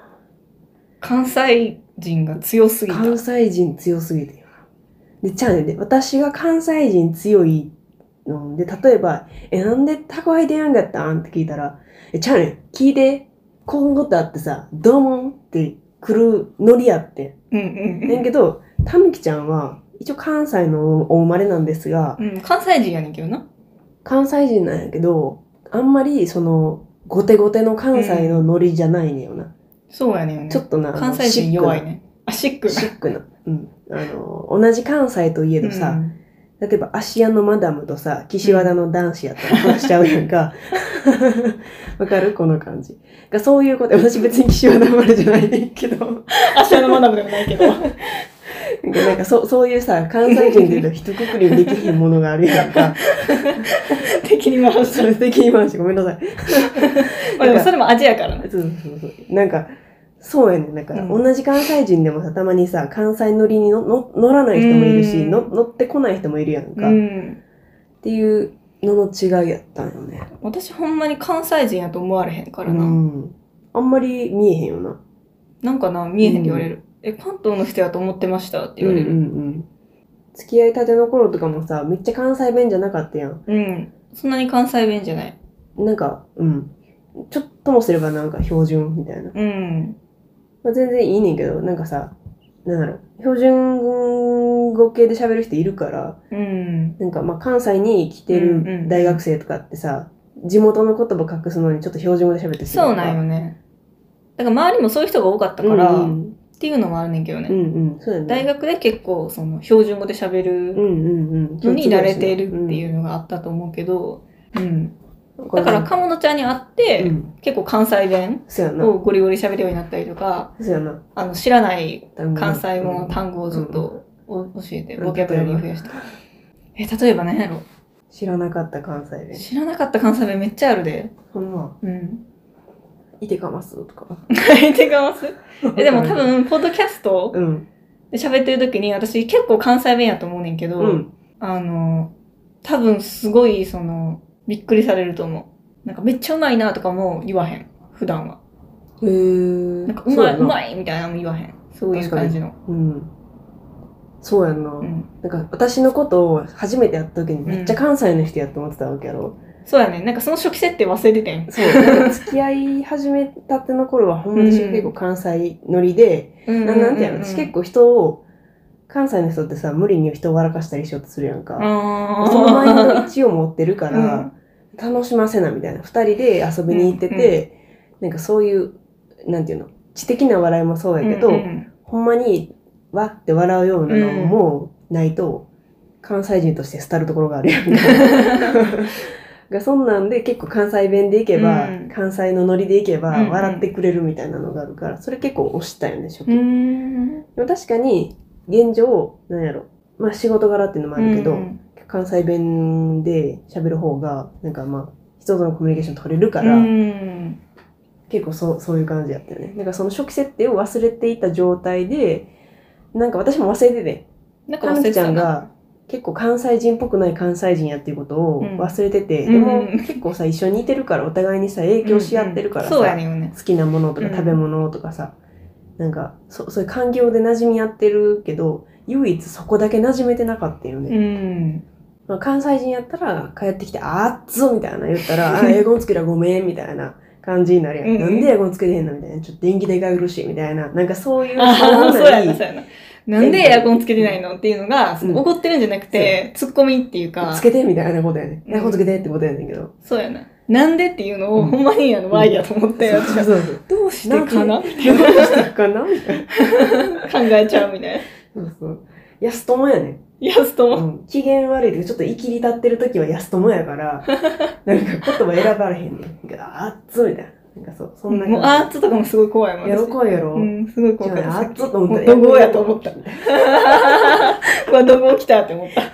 [SPEAKER 2] 関西人が強すぎた。
[SPEAKER 1] 関西人強すぎてよなでちゃうねんで私が関西人強いので例えば「えなんで宅配出やんかったん?」って聞いたら「えちゃうねん聞いて今後だってさどうも」って来るノリやって
[SPEAKER 2] うんうん
[SPEAKER 1] んねんけどたぬきちゃんは一応関西のお生まれなんですが
[SPEAKER 2] うん。うん、関西人やねんけどな。
[SPEAKER 1] 関西人なんやけどあんまりそのゴテゴテの関西のノリじゃないねんよな、
[SPEAKER 2] そうやねんよね。
[SPEAKER 1] ちょっとなあの
[SPEAKER 2] 関西人弱いね。あ、シックな。
[SPEAKER 1] シックなシックな、うん、あの同じ関西といえどさ、例えば、芦屋のマダムとさ、岸和田の男子やったら話しちゃうやんか。わかるこの感じ。がそういうこと、私別に岸和田生まれじゃないねんけど、なんか
[SPEAKER 2] 足のマダムでもないけ ど。
[SPEAKER 1] なんかそそういうさ、関西人でいうと一括りにできへんものがあるやんか。
[SPEAKER 2] 敵に回し
[SPEAKER 1] それ的に回してごめんなさい。
[SPEAKER 2] まあでもそれも味やからね。
[SPEAKER 1] そうそうそうそう。なんか、そうやねん。だから、
[SPEAKER 2] うん
[SPEAKER 1] 同じ関西人でもさ、たまにさ、関西乗りにのの乗らない人もいるし、
[SPEAKER 2] うん
[SPEAKER 1] の乗ってこない人もいるやんか。
[SPEAKER 2] う
[SPEAKER 1] っ
[SPEAKER 2] ん。
[SPEAKER 1] ていうのの違いやったんよね。
[SPEAKER 2] 私ほんまに関西人やと思われへんからな。
[SPEAKER 1] うん。あんまり見えへんよな。
[SPEAKER 2] なんかな、見えへんって言われる。え、関東の人やと思ってましたって言われ
[SPEAKER 1] うん
[SPEAKER 2] る。
[SPEAKER 1] うんうん、付き合いたての頃とかもさめっちゃ関西弁じゃなかったやん
[SPEAKER 2] うん。そんなに関西弁じゃない。
[SPEAKER 1] なんかうんちょっともすればなんか標準みたいな、
[SPEAKER 2] うん。
[SPEAKER 1] まあ、全然いいねんけどなんかさなんだろう標準語系で喋る人いるから
[SPEAKER 2] うん。
[SPEAKER 1] なんかまあ関西に来て
[SPEAKER 2] うんうん
[SPEAKER 1] る大学生とかってさ、地元の言葉隠すのにちょっと標準語で喋ってする
[SPEAKER 2] そうなんよね。だから周りもそういう人が多かったから、
[SPEAKER 1] うんう
[SPEAKER 2] っ
[SPEAKER 1] ん、
[SPEAKER 2] ていうのもあるねんけどね。
[SPEAKER 1] うんうんそうだね
[SPEAKER 2] 大学で結構その標準語で喋
[SPEAKER 1] う
[SPEAKER 2] る
[SPEAKER 1] んうんうん
[SPEAKER 2] のに慣れてるっていううのがあったと思うけど、うん。
[SPEAKER 1] ん
[SPEAKER 2] だから、鴨野ちゃんに会って、
[SPEAKER 1] うん、
[SPEAKER 2] 結構関西弁
[SPEAKER 1] そうやな
[SPEAKER 2] をゴリゴリ喋るようになったりとか、
[SPEAKER 1] そうやな
[SPEAKER 2] あの、知らない
[SPEAKER 1] 単語
[SPEAKER 2] 関西語の単語をずっとお教えて、ボキャブラリー増やした。え、例えば何やろ
[SPEAKER 1] 知らなかった関西弁
[SPEAKER 2] 知らなかった関西弁めっちゃあるで。
[SPEAKER 1] ほんま、
[SPEAKER 2] うん。
[SPEAKER 1] いてかますと か。
[SPEAKER 2] 相手が ます。え、でも多、分、ポッドキャスト
[SPEAKER 1] うん。
[SPEAKER 2] で喋ってる時に、私結構関西弁やと思うねんけど、
[SPEAKER 1] うん。
[SPEAKER 2] あの、多分すごい、その、びっくりされると思う。なんかめっちゃうまいなとかも言わへん。普段は。
[SPEAKER 1] へー
[SPEAKER 2] なんかうまい、う
[SPEAKER 1] い。
[SPEAKER 2] まいみたいなのも言わへん。そういう感じの。
[SPEAKER 1] うん。そうやんな。
[SPEAKER 2] うん。
[SPEAKER 1] なんか私のことを初めてやった時にめっちゃ関西の人やと思ってたわけやろ。
[SPEAKER 2] そうやね。なんかその初期設定忘れててん。
[SPEAKER 1] そう。なんか 付き合い始めたての頃はほんまに私結構関西乗りで、
[SPEAKER 2] う
[SPEAKER 1] ななんていうの私結構人を、関西の人ってさ、無理に人を笑かしたりしようとするやんか。
[SPEAKER 2] あー
[SPEAKER 1] その前の位置を持ってるか
[SPEAKER 2] う
[SPEAKER 1] ら
[SPEAKER 2] ん、
[SPEAKER 1] 楽しませなみたいな。二人で遊びに行ってて、なんかそういう、なんていうの、知的な笑いもそうやけど、
[SPEAKER 2] うんうん
[SPEAKER 1] ほんまに、わって笑うようなの もないと、関西人として廃るところがあるやんか。がそんなんで結構関西弁でいけば、
[SPEAKER 2] うん
[SPEAKER 1] 関西のノリでいけば
[SPEAKER 2] うんうん
[SPEAKER 1] 笑ってくれるみたいなのがあるから、それ結構押したよね初期、
[SPEAKER 2] うーん。
[SPEAKER 1] でも確かに現状なんやろまあ仕事柄っていうのもあるけど、
[SPEAKER 2] うん
[SPEAKER 1] 関西弁で喋る方がなんかまあ人とのコミュニケーション取れるか
[SPEAKER 2] う
[SPEAKER 1] ら、
[SPEAKER 2] ん。
[SPEAKER 1] 結構そうそういう感じだったよねだからその初期設定を忘れていた状態でなんか私も忘れてて
[SPEAKER 2] なんか
[SPEAKER 1] か
[SPEAKER 2] 忘
[SPEAKER 1] ん
[SPEAKER 2] れ
[SPEAKER 1] き
[SPEAKER 2] て
[SPEAKER 1] ちゃ
[SPEAKER 2] た
[SPEAKER 1] ん
[SPEAKER 2] な。
[SPEAKER 1] が結構関西人っぽくない関西人やっていうことを
[SPEAKER 2] うん
[SPEAKER 1] 忘れてて、
[SPEAKER 2] うん
[SPEAKER 1] でも結構さ一緒にいてるからお互いにさ影響し合ってるからさ、
[SPEAKER 2] うんそうやねんよね。
[SPEAKER 1] 好きなものとか
[SPEAKER 2] うん
[SPEAKER 1] 食べ物とかさ、なんかそそういう環境で馴染み合ってるけど唯一そこだけ馴染めてなかったよね、
[SPEAKER 2] うん。
[SPEAKER 1] まあ、関西人やったら帰ってきて「あっつ」みたいな言った ら「あエアコンつけたらごめん」みたいな感じになるやん、
[SPEAKER 2] うんうん
[SPEAKER 1] なんでエアコンつけてへんのみたいなちょっと電気代が苦しいみたいななんかそういう
[SPEAKER 2] ああ、そうや
[SPEAKER 1] な
[SPEAKER 2] な、そうやな。なんでエアコンつけてないのっていうのが、その怒ってるんじゃなくて、ツッコミっていうか
[SPEAKER 1] つ、けてみたいなことやね
[SPEAKER 2] うん
[SPEAKER 1] エアコンつけてってことやねんけど、
[SPEAKER 2] そうやな。なんでっていうのを、
[SPEAKER 1] うん
[SPEAKER 2] ほんまにあの、
[SPEAKER 1] ん
[SPEAKER 2] Y やと思って、私
[SPEAKER 1] そう
[SPEAKER 2] は
[SPEAKER 1] そうそう
[SPEAKER 2] どうしてかな
[SPEAKER 1] な
[SPEAKER 2] みた
[SPEAKER 1] どう
[SPEAKER 2] いな
[SPEAKER 1] してるかなみたいな
[SPEAKER 2] 考えちゃうみたい
[SPEAKER 1] そ
[SPEAKER 2] な。
[SPEAKER 1] うそう安友やね、
[SPEAKER 2] 安と
[SPEAKER 1] う
[SPEAKER 2] も。
[SPEAKER 1] ん、機嫌悪いけどちょっと生きり立ってる時は安友やから なんか言葉選ばれへんねんなんかあっつみたいななんかそうそんな
[SPEAKER 2] もう、あーっつとかもすごい怖いもん。
[SPEAKER 1] やろ
[SPEAKER 2] 私
[SPEAKER 1] こうやろ、
[SPEAKER 2] うん、すごい怖か
[SPEAKER 1] じ
[SPEAKER 2] っ
[SPEAKER 1] ゃ
[SPEAKER 2] た。
[SPEAKER 1] ああっつと思ったら
[SPEAKER 2] もう怒号やと思った。
[SPEAKER 1] みたいな
[SPEAKER 2] うわ、どこ来たって思った。 っ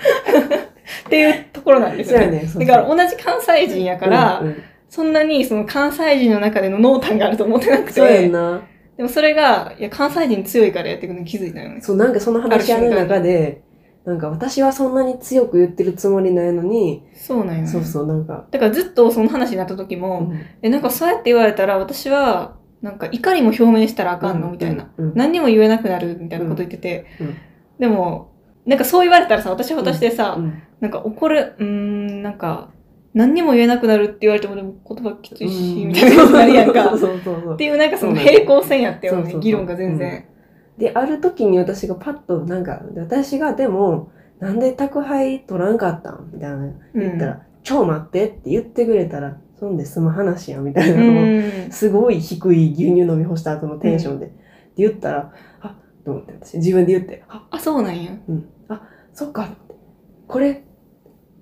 [SPEAKER 2] ていうところなんです
[SPEAKER 1] そう
[SPEAKER 2] よ
[SPEAKER 1] や
[SPEAKER 2] ね。
[SPEAKER 1] ね。そう
[SPEAKER 2] だから同じ関西人やから、
[SPEAKER 1] うんうん
[SPEAKER 2] そんなにその関西人の中での濃淡があると思ってなく
[SPEAKER 1] そうや
[SPEAKER 2] て
[SPEAKER 1] ん、な。
[SPEAKER 2] でもそれが、いや、関西人強いからやっていくのに気づいたよね。
[SPEAKER 1] そう、なんかその話し合いの中で、なんか私はそんなに強く言ってるつもりないのに、
[SPEAKER 2] そうなんよね。
[SPEAKER 1] そうそう、なんか、
[SPEAKER 2] だからずっとその話になった時も、
[SPEAKER 1] うん
[SPEAKER 2] え、なんかそうやって言われたら私は、なんか怒りも表明したらあかんのみたいな。。
[SPEAKER 1] うん
[SPEAKER 2] 何にも言えなくなるみたいなこと言ってて、
[SPEAKER 1] うんうん
[SPEAKER 2] でも、なんかそう言われたらさ、私は私でさ、
[SPEAKER 1] うん
[SPEAKER 2] なんか怒る、うーん、なんか、何にも言えなくなるって言われても、でも言葉きついし、みたいな感じになるやん
[SPEAKER 1] そう
[SPEAKER 2] か。っ
[SPEAKER 1] そうそうそう
[SPEAKER 2] ていう、なんかその
[SPEAKER 1] そうなんだ
[SPEAKER 2] 平行線やったよ
[SPEAKER 1] そうそう
[SPEAKER 2] ね
[SPEAKER 1] そ、う
[SPEAKER 2] 議論が全然。
[SPEAKER 1] で、ある時に私がパッと、なんか、私がでも、なんで宅配取らんかったんみたいな。
[SPEAKER 2] うん。
[SPEAKER 1] 言ったら、超待ってって言ってくれたら、そんで済む話や、みたいうなのを
[SPEAKER 2] ん。
[SPEAKER 1] すごい低い牛乳飲み干した後のテンションで、って言ったら、あと思って私、自分で言って、あ
[SPEAKER 2] あ、そうなんや。
[SPEAKER 1] うん、あそっかってこれ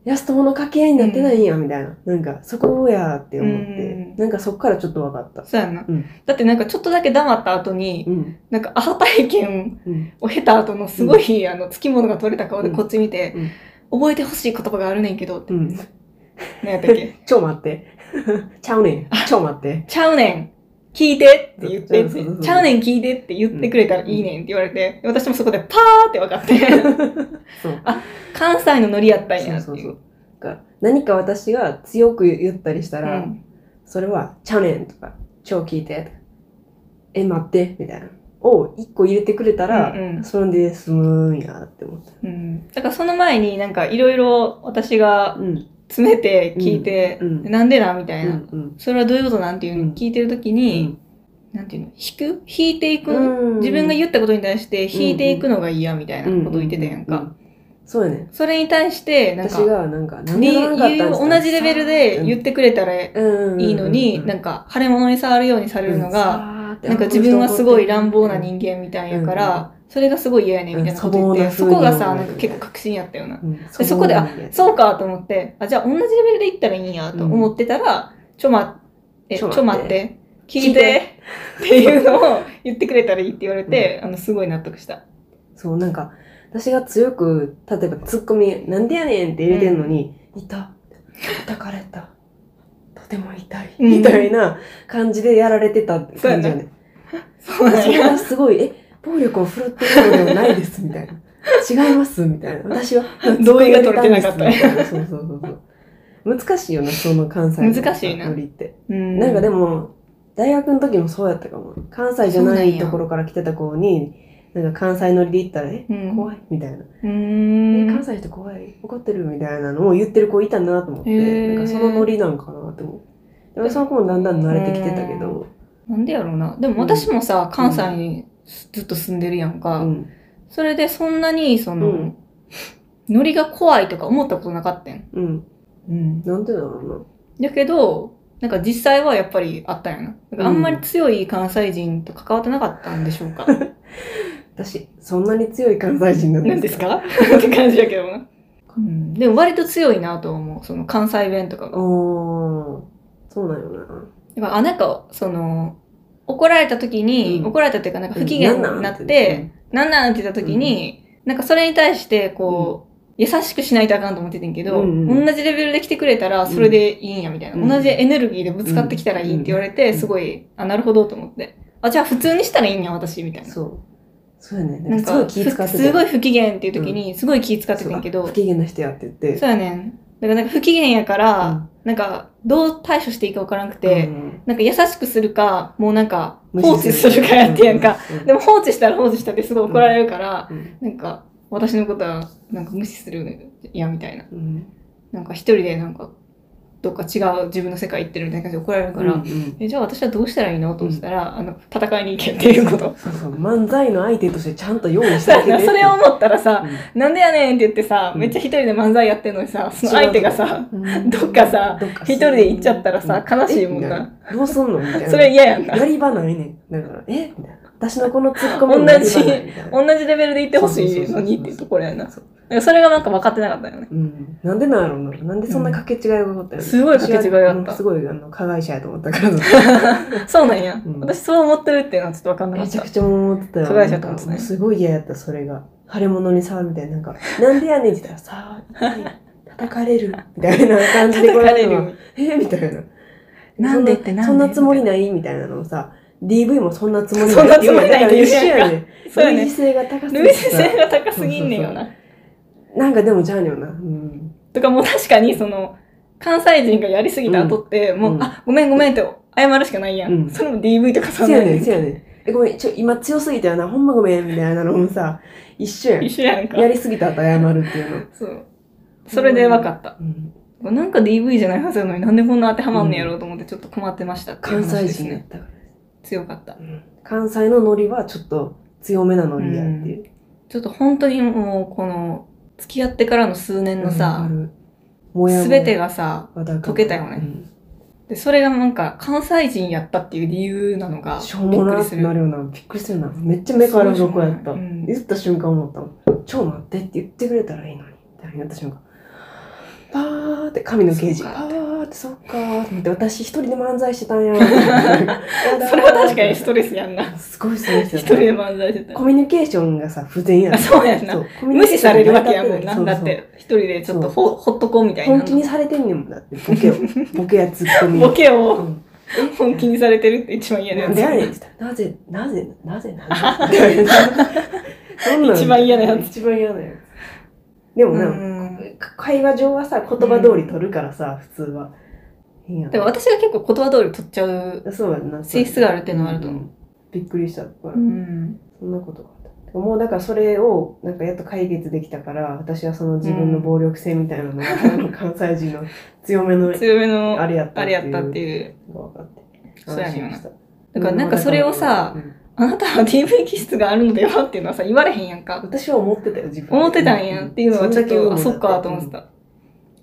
[SPEAKER 1] 安友の家系になってないんや、みたいななんかそこやって思って、
[SPEAKER 2] うん
[SPEAKER 1] なんかそっからちょっと分かった、
[SPEAKER 2] そうやな、
[SPEAKER 1] うん
[SPEAKER 2] だってなんかちょっとだけ黙った後に、
[SPEAKER 1] うん
[SPEAKER 2] なんか朝体験
[SPEAKER 1] うん、
[SPEAKER 2] を経た後のすごい、あの、つきものが取れた顔でこっち見て、
[SPEAKER 1] うん
[SPEAKER 2] 覚えてほしい言葉があるねんけどって、
[SPEAKER 1] うん、
[SPEAKER 2] 何やったっけ
[SPEAKER 1] ちょ待ってちゃうねんちょ待って
[SPEAKER 2] ちゃうねん聞いてって言ってっ
[SPEAKER 1] そうそうそうそ
[SPEAKER 2] て、
[SPEAKER 1] う
[SPEAKER 2] ちゃうねん聞いてって言ってくれたらいいねんって言われて、私もそこでパーって分かって、
[SPEAKER 1] そう
[SPEAKER 2] 関西のノリやったん
[SPEAKER 1] そ
[SPEAKER 2] や
[SPEAKER 1] う
[SPEAKER 2] って
[SPEAKER 1] そう
[SPEAKER 2] い。
[SPEAKER 1] そううだから何か私が強く言ったりした
[SPEAKER 2] う
[SPEAKER 1] ら、
[SPEAKER 2] ん
[SPEAKER 1] それは「ちゃうねん」とか「超聞いて」とか「え待って」みたいなを一個入れてくれたら、
[SPEAKER 2] うんうん
[SPEAKER 1] それで済むんやって思った、
[SPEAKER 2] うんだからその前になんかいろいろ私が
[SPEAKER 1] うん
[SPEAKER 2] 詰めて聞いて、
[SPEAKER 1] うんうん
[SPEAKER 2] なんでなみたい
[SPEAKER 1] う
[SPEAKER 2] な、
[SPEAKER 1] ん
[SPEAKER 2] それはどういうことなんていうのを聞いてるときに、なんていうの引く引いていく、
[SPEAKER 1] うん
[SPEAKER 2] 自分が言ったことに対して引いていくのが嫌みたいなことを言ってたやんか。
[SPEAKER 1] うううそうやね
[SPEAKER 2] それに対して、なん
[SPEAKER 1] 私
[SPEAKER 2] か、
[SPEAKER 1] がなんかなん
[SPEAKER 2] ね
[SPEAKER 1] でなんかあったんですか
[SPEAKER 2] 同じレベルで言ってくれたらい
[SPEAKER 1] うん
[SPEAKER 2] いのに、
[SPEAKER 1] うん
[SPEAKER 2] なんか、腫れ物に触るようにされるのが、
[SPEAKER 1] うん
[SPEAKER 2] なんか自分はすごい乱暴な人間みたいやから、それがすごい嫌やねみたいなこと言って、
[SPEAKER 1] うん
[SPEAKER 2] そ
[SPEAKER 1] 粗
[SPEAKER 2] こ
[SPEAKER 1] 暴
[SPEAKER 2] が
[SPEAKER 1] な
[SPEAKER 2] さ、
[SPEAKER 1] 風に
[SPEAKER 2] なんか結構確信やったよな。
[SPEAKER 1] うん
[SPEAKER 2] でそこで、あ、
[SPEAKER 1] う
[SPEAKER 2] そうかと思って、あ、じゃあ同じレベルで行ったらいいんやと思ってたら、ちょま、え、ち
[SPEAKER 1] ちょ待って
[SPEAKER 2] ょ待って、聞いて、っていうのを言ってくれたらいいって言われて、あの、すごい納得した。
[SPEAKER 1] そうなんか私が強く例えばツッコミ「なんでやねん」って入れてんのに「痛叩かれたとても痛い」
[SPEAKER 2] うん
[SPEAKER 1] みたいな感じでやられてた感じよ
[SPEAKER 2] そうや
[SPEAKER 1] ね
[SPEAKER 2] そうなん
[SPEAKER 1] それ
[SPEAKER 2] や。
[SPEAKER 1] はすごい「え暴力を振るってるのではないです」みたいな「違います」みたいな私は
[SPEAKER 2] 同意が取れてなかった
[SPEAKER 1] みいなそうそうそうそう難しいよなその関西の
[SPEAKER 2] 難しいな
[SPEAKER 1] ノリって
[SPEAKER 2] うん
[SPEAKER 1] なんかでも大学の時もそうやったかも関西じゃないところから来てた子になんか関西乗りで行ったら「え
[SPEAKER 2] うん
[SPEAKER 1] 怖い」みたいな
[SPEAKER 2] う
[SPEAKER 1] 「
[SPEAKER 2] ー
[SPEAKER 1] え
[SPEAKER 2] ん。
[SPEAKER 1] 関西の人怖い怒ってる」みたいなのを言ってる子いたなと思っ
[SPEAKER 2] へー
[SPEAKER 1] てなんかそのノリなんかなって思うでもその子もだんだん慣れてきてたけど
[SPEAKER 2] なんでやろうな。でも私もさ、関西にずっと住んでるやん
[SPEAKER 1] う
[SPEAKER 2] か。
[SPEAKER 1] ん
[SPEAKER 2] それでそんなに、その、
[SPEAKER 1] うん
[SPEAKER 2] ノリが怖いとか思ったことなかったん。
[SPEAKER 1] うん
[SPEAKER 2] うん。
[SPEAKER 1] なんでだろうな
[SPEAKER 2] だけど、なんか実際はやっぱりあったんやな。なんかあんまり強い関西人と関わってなかったんでしょうか。
[SPEAKER 1] 私そんなに強い関西人なん で
[SPEAKER 2] なん
[SPEAKER 1] す
[SPEAKER 2] ですかって感じやけどな。
[SPEAKER 1] か
[SPEAKER 2] う。ん、でも割と強いなとは思う。その関西弁とかが。
[SPEAKER 1] おー、そうなんよな。
[SPEAKER 2] だからあ、なんか、その、怒られた時に、
[SPEAKER 1] うん
[SPEAKER 2] 怒られたっていうか、なんか不機嫌になって、、なんなんって言った時に、なんかそれに対して、こう、優しくしないとあかんと思っててんけど、
[SPEAKER 1] うんうん
[SPEAKER 2] 同じレベルで来てくれたら、それでいいんや、みたいな、
[SPEAKER 1] うん
[SPEAKER 2] 同じエネルギーでぶつかってきたらいいって言われて、
[SPEAKER 1] うん
[SPEAKER 2] すごい、あ、なるほどと思って。あ、じゃあ普通にしたらいいんや、私、みたいな。
[SPEAKER 1] そう。そうやね。な
[SPEAKER 2] なんん
[SPEAKER 1] かすご
[SPEAKER 2] か
[SPEAKER 1] い気使って
[SPEAKER 2] すごい不機嫌っていう時に、すごい気使っててんけど、
[SPEAKER 1] 不機嫌な人やって言って。
[SPEAKER 2] そうやねん。だからなんか不機嫌やから、なんかどう対処していいかわからなくて、
[SPEAKER 1] うん、
[SPEAKER 2] なんか優しくするか、もうなんか
[SPEAKER 1] 無
[SPEAKER 2] 放置するかやってやんか。。
[SPEAKER 1] うん
[SPEAKER 2] でも、放置したら放置したってすごい怒られるから、
[SPEAKER 1] うん
[SPEAKER 2] なんか私のことはなんか無視するやみたいな。
[SPEAKER 1] うん
[SPEAKER 2] なんか一人でなんかどっか違う自分の世界行ってるみたいな感じで怒られるから、
[SPEAKER 1] うんうん
[SPEAKER 2] えじゃあ私はどうしたらいいのと思ったら、あの戦いに行けっていうこ と。
[SPEAKER 1] そうそう、漫才の相手としてちゃんと用意して
[SPEAKER 2] そ
[SPEAKER 1] あ
[SPEAKER 2] う
[SPEAKER 1] げ
[SPEAKER 2] や
[SPEAKER 1] て。
[SPEAKER 2] なそれを思ったらさ、
[SPEAKER 1] う
[SPEAKER 2] なんでやねんって言ってさ、
[SPEAKER 1] うん
[SPEAKER 2] めっちゃ一人で漫才やってんのにさ、その相手がさ、
[SPEAKER 1] ん、
[SPEAKER 2] どっかさ
[SPEAKER 1] どっか
[SPEAKER 2] 一人で行っちゃったらさ
[SPEAKER 1] うん
[SPEAKER 2] 悲しいもんな
[SPEAKER 1] えみたいどうすんのみたいな。
[SPEAKER 2] それ嫌やんな。
[SPEAKER 1] やり場ないねん。だから、えみたいな。私のこのツッコミ
[SPEAKER 2] 同じ
[SPEAKER 1] やり場ないみたいな
[SPEAKER 2] 同じレベルで行ってほしいのにっていうところやな。
[SPEAKER 1] そう
[SPEAKER 2] なんかそれがなんか分かってなかったよね。
[SPEAKER 1] うん、なんでなんやろうな。なんでそんな掛け違いが起こったの
[SPEAKER 2] うんすごい掛け違いがあっ
[SPEAKER 1] 私は
[SPEAKER 2] た
[SPEAKER 1] うんすごい、あの、加害者やと思ったから。
[SPEAKER 2] そうなんや。
[SPEAKER 1] うん
[SPEAKER 2] 私そう思ってるっていうのはちょっと分かんなか
[SPEAKER 1] め
[SPEAKER 2] っ
[SPEAKER 1] ちゃ
[SPEAKER 2] た
[SPEAKER 1] く。ちゃ思ってたよ。
[SPEAKER 2] 加害者と思ってたね
[SPEAKER 1] なんかすごい嫌やった、それが。腫れ物に触るみたいな。なんか、なんでやねんって言ったら、さあ、痛い叩かれる。みたいな感じで来
[SPEAKER 2] 叩から
[SPEAKER 1] れ
[SPEAKER 2] れ
[SPEAKER 1] る
[SPEAKER 2] る
[SPEAKER 1] の。えみたいな。
[SPEAKER 2] なんでってなんで
[SPEAKER 1] そんなつもりないみたいなのをさ、DV もそんなつもり
[SPEAKER 2] そんなつもりない
[SPEAKER 1] っ
[SPEAKER 2] って
[SPEAKER 1] 言う
[SPEAKER 2] て言う
[SPEAKER 1] 一緒や
[SPEAKER 2] やん
[SPEAKER 1] ね
[SPEAKER 2] か
[SPEAKER 1] ん。
[SPEAKER 2] そうや
[SPEAKER 1] 類似
[SPEAKER 2] ね。
[SPEAKER 1] 性が高すぎ
[SPEAKER 2] ルイ
[SPEAKER 1] て
[SPEAKER 2] ス
[SPEAKER 1] さ
[SPEAKER 2] 性が高すぎんねんよな。
[SPEAKER 1] なんかでもちゃうよな。うん。
[SPEAKER 2] とかもう確かにその、関西人がやりすぎた後って、もう、
[SPEAKER 1] うん
[SPEAKER 2] あ、ごめんごめんって謝るしかないやん。
[SPEAKER 1] うん
[SPEAKER 2] それも DV とか
[SPEAKER 1] そ
[SPEAKER 2] そん
[SPEAKER 1] う
[SPEAKER 2] な
[SPEAKER 1] や
[SPEAKER 2] ん
[SPEAKER 1] ね
[SPEAKER 2] や
[SPEAKER 1] ん、そうやねん。え、ごめん、ちょ、今強すぎたよな。ほんまごめん、みたいなのもさ、一緒やん。
[SPEAKER 2] 一緒やんか。
[SPEAKER 1] やりすぎた後謝るっていうの。
[SPEAKER 2] そう。それで分かった。
[SPEAKER 1] うん
[SPEAKER 2] なんか DV じゃないはずやのになんでこんな当てはまんねやろうと思ってちょっと困ってましたっていう
[SPEAKER 1] 関
[SPEAKER 2] 話
[SPEAKER 1] 西
[SPEAKER 2] です
[SPEAKER 1] 人やっ
[SPEAKER 2] ね。
[SPEAKER 1] たから。
[SPEAKER 2] 強かった。
[SPEAKER 1] うん関西のノリはちょっと強めなノリやっていう。
[SPEAKER 2] ちょっと本当にもうこの付き合ってからの数年のさ、
[SPEAKER 1] す
[SPEAKER 2] すべてがさ、
[SPEAKER 1] 溶
[SPEAKER 2] 溶けたよねでそれがなんか関西人やったっていう理由なのが
[SPEAKER 1] しょうも
[SPEAKER 2] びっく
[SPEAKER 1] な
[SPEAKER 2] り
[SPEAKER 1] っ
[SPEAKER 2] す
[SPEAKER 1] て
[SPEAKER 2] る。
[SPEAKER 1] なるよな。びっくりするな。めっちゃ目から鱗やった。
[SPEAKER 2] うん
[SPEAKER 1] 言った瞬間思ったもん。超待ってって言ってくれたらいいのに。って言った瞬間。パーって髪の刑事。
[SPEAKER 2] そ
[SPEAKER 1] パ
[SPEAKER 2] うか
[SPEAKER 1] ーってそっかーって思って私一人で漫才してたんや。やだー
[SPEAKER 2] それは確かにストレスやんな。
[SPEAKER 1] すごいストレス
[SPEAKER 2] 一
[SPEAKER 1] やっ
[SPEAKER 2] 人
[SPEAKER 1] た
[SPEAKER 2] で漫才してたら
[SPEAKER 1] コ。ミュニケーションがさ、不全や
[SPEAKER 2] あそうやんな
[SPEAKER 1] そうコミュニ
[SPEAKER 2] 無
[SPEAKER 1] ケー
[SPEAKER 2] 視
[SPEAKER 1] ショ
[SPEAKER 2] さ
[SPEAKER 1] ン
[SPEAKER 2] れる
[SPEAKER 1] が
[SPEAKER 2] わ
[SPEAKER 1] 成
[SPEAKER 2] け
[SPEAKER 1] り立
[SPEAKER 2] やも
[SPEAKER 1] てな
[SPEAKER 2] ん
[SPEAKER 1] い
[SPEAKER 2] な。
[SPEAKER 1] そうそう
[SPEAKER 2] だって一人でちょっとほほっとこうみたいな。
[SPEAKER 1] 本気にされてんねんもんだってボ ケをボケやツッコミ
[SPEAKER 2] ボケを
[SPEAKER 1] うん
[SPEAKER 2] 本気にされてるって一番嫌
[SPEAKER 1] な
[SPEAKER 2] なや
[SPEAKER 1] ん
[SPEAKER 2] つ
[SPEAKER 1] で。やねんって言ったらなぜなぜなぜなぜみたいなそんなん
[SPEAKER 2] 一番嫌なや
[SPEAKER 1] 一番嫌なやつでもな、
[SPEAKER 2] うん
[SPEAKER 1] か会話上はさ言葉通り取るからさ、普通は変やな
[SPEAKER 2] でも私が結構言葉通り取っちゃう。
[SPEAKER 1] そうやんな
[SPEAKER 2] 性質があるっていうのはあると思う
[SPEAKER 1] びっくりしたから、
[SPEAKER 2] うん。
[SPEAKER 1] そんなことがあったもうだからそれをなんかやっと解決できたから私はその自分の暴力性みたいなのが、関西人の強めの
[SPEAKER 2] 強めの
[SPEAKER 1] あれやった
[SPEAKER 2] あれやったって
[SPEAKER 1] う
[SPEAKER 2] いう。
[SPEAKER 1] が分かって
[SPEAKER 2] そうやねんな
[SPEAKER 1] 安心した
[SPEAKER 2] だからなんかそれをさ、
[SPEAKER 1] うん
[SPEAKER 2] あなたは DV 気質があるのではっていうのはさ、言われへんやんか。
[SPEAKER 1] 私は思ってたよ自分で
[SPEAKER 2] 思ってたんやっていうのはちょっと、あ、そっかと思って
[SPEAKER 1] た
[SPEAKER 2] た。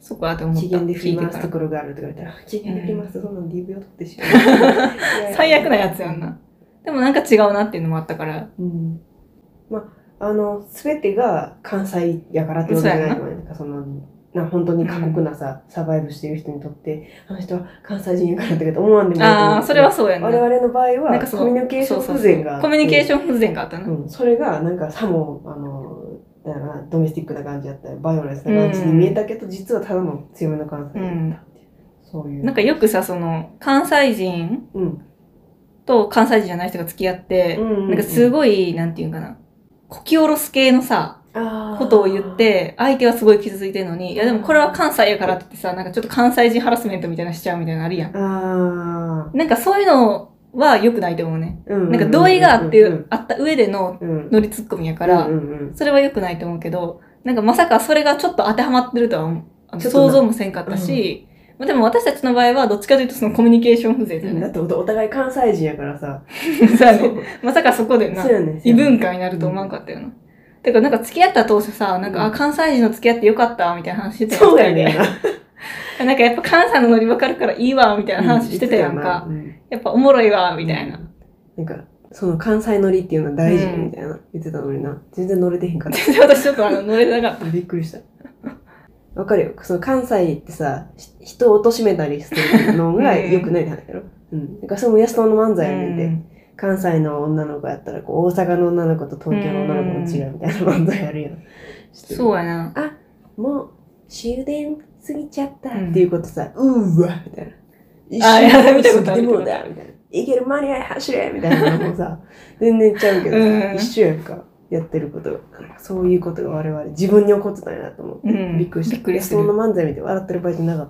[SPEAKER 2] そっかと思った。
[SPEAKER 1] 機嫌で振り回す
[SPEAKER 2] 聞
[SPEAKER 1] と
[SPEAKER 2] いてか
[SPEAKER 1] ころがあるとか言ったら「機嫌で振り回すそんなん DV を取ってしまう」
[SPEAKER 2] ら最悪なやつやんな。でもなんか違うなっていうのもあったから。
[SPEAKER 1] うんまああの全てが関西やからってことじゃないのねなんかそのな本当に過酷なさ、サバイブしてる人にとってあの人は関西人やからって思わんでもいいと思う
[SPEAKER 2] ああ、それはそうやんな。
[SPEAKER 1] 我々の場合
[SPEAKER 2] なん
[SPEAKER 1] は
[SPEAKER 2] かそ
[SPEAKER 1] コ
[SPEAKER 2] の
[SPEAKER 1] ミュニケーション
[SPEAKER 2] そうそう
[SPEAKER 1] 不
[SPEAKER 2] そう
[SPEAKER 1] 全があって
[SPEAKER 2] コミュニケーション不全があったな。
[SPEAKER 1] うん、それがなんかさもあのだからなドメスティックな感じだったりバイオレンスな感じに見えたけど、実はただの強めの関西だったっていう、そういう
[SPEAKER 2] なんかよくさ、その、関西人
[SPEAKER 1] うん
[SPEAKER 2] と関西人じゃない人が付き合って、
[SPEAKER 1] うんうんうん
[SPEAKER 2] なんかすごい、なんていうんかな。こき下ろす系のさ、
[SPEAKER 1] あー
[SPEAKER 2] ことを言って、相手はすごい傷ついてるのに、いやでもこれは関西やからって言ってさ、なんかちょっと関西人ハラスメントみたいなのしちゃうみたいなのあるやん。
[SPEAKER 1] あ
[SPEAKER 2] なんかそういうのは良くないと思うね。
[SPEAKER 1] ーうん
[SPEAKER 2] なんか同意があって、
[SPEAKER 1] うん
[SPEAKER 2] あった上での
[SPEAKER 1] うん
[SPEAKER 2] 乗りツッコミやから、
[SPEAKER 1] うんうん
[SPEAKER 2] それは良くないと思うけど、なんかまさかそれがちょっと当てはまってるとは思うあの
[SPEAKER 1] ちょっとな
[SPEAKER 2] 想像もせんかったし、まあでも私たちの場合はどっちかというとそのコミュニケーション不全だ
[SPEAKER 1] う
[SPEAKER 2] よ
[SPEAKER 1] んだっ
[SPEAKER 2] ね。
[SPEAKER 1] ておお互い関西人やからさ
[SPEAKER 2] そうやね。まさかそこでな
[SPEAKER 1] そう、やね
[SPEAKER 2] 異文化になると思わんかったよな。てかなんか付き合った当初さ、なんか、
[SPEAKER 1] うん
[SPEAKER 2] あ、関西人の付き合ってよかった、みたいな話してたやん
[SPEAKER 1] そうやねんな
[SPEAKER 2] 二人でなんかやっぱ関西のノリわかるからいいわ、みたいな話してたやんか。
[SPEAKER 1] うん
[SPEAKER 2] やっぱおもろいわ、みたいな。
[SPEAKER 1] なんかその関西乗りっていうのは大事みたいな言ってたのにな全然乗れてへんかっ
[SPEAKER 2] 全然私ちょっとあの乗れてなかった
[SPEAKER 1] たびっくりしたわかるよ。その関西ってさ、し人を貶めたりするのが良くないって話やろ。うん。だからそれも安友の漫才やねんて、関西の女の子やったら、こう、大阪の女の子と東京の女の子の違うみたいな漫才やるやん。う。
[SPEAKER 2] そうやな。
[SPEAKER 1] あ、もう、終電過ぎちゃったっていうことさ、うーわみたいな。一
[SPEAKER 2] あ
[SPEAKER 1] 瞬
[SPEAKER 2] 見たことある
[SPEAKER 1] でもうだ、みたいな。いける間に合い走れみたいなのもさ、全然ちゃうけど
[SPEAKER 2] う
[SPEAKER 1] さ、
[SPEAKER 2] ん
[SPEAKER 1] 一緒やんか。やってることが、そういうことが我々、自分に起こってたんやなと思って。
[SPEAKER 2] うん
[SPEAKER 1] びっくりした。
[SPEAKER 2] びっくりす
[SPEAKER 1] そんな
[SPEAKER 2] る。
[SPEAKER 1] 漫才見て笑ってる場合じゃなかっ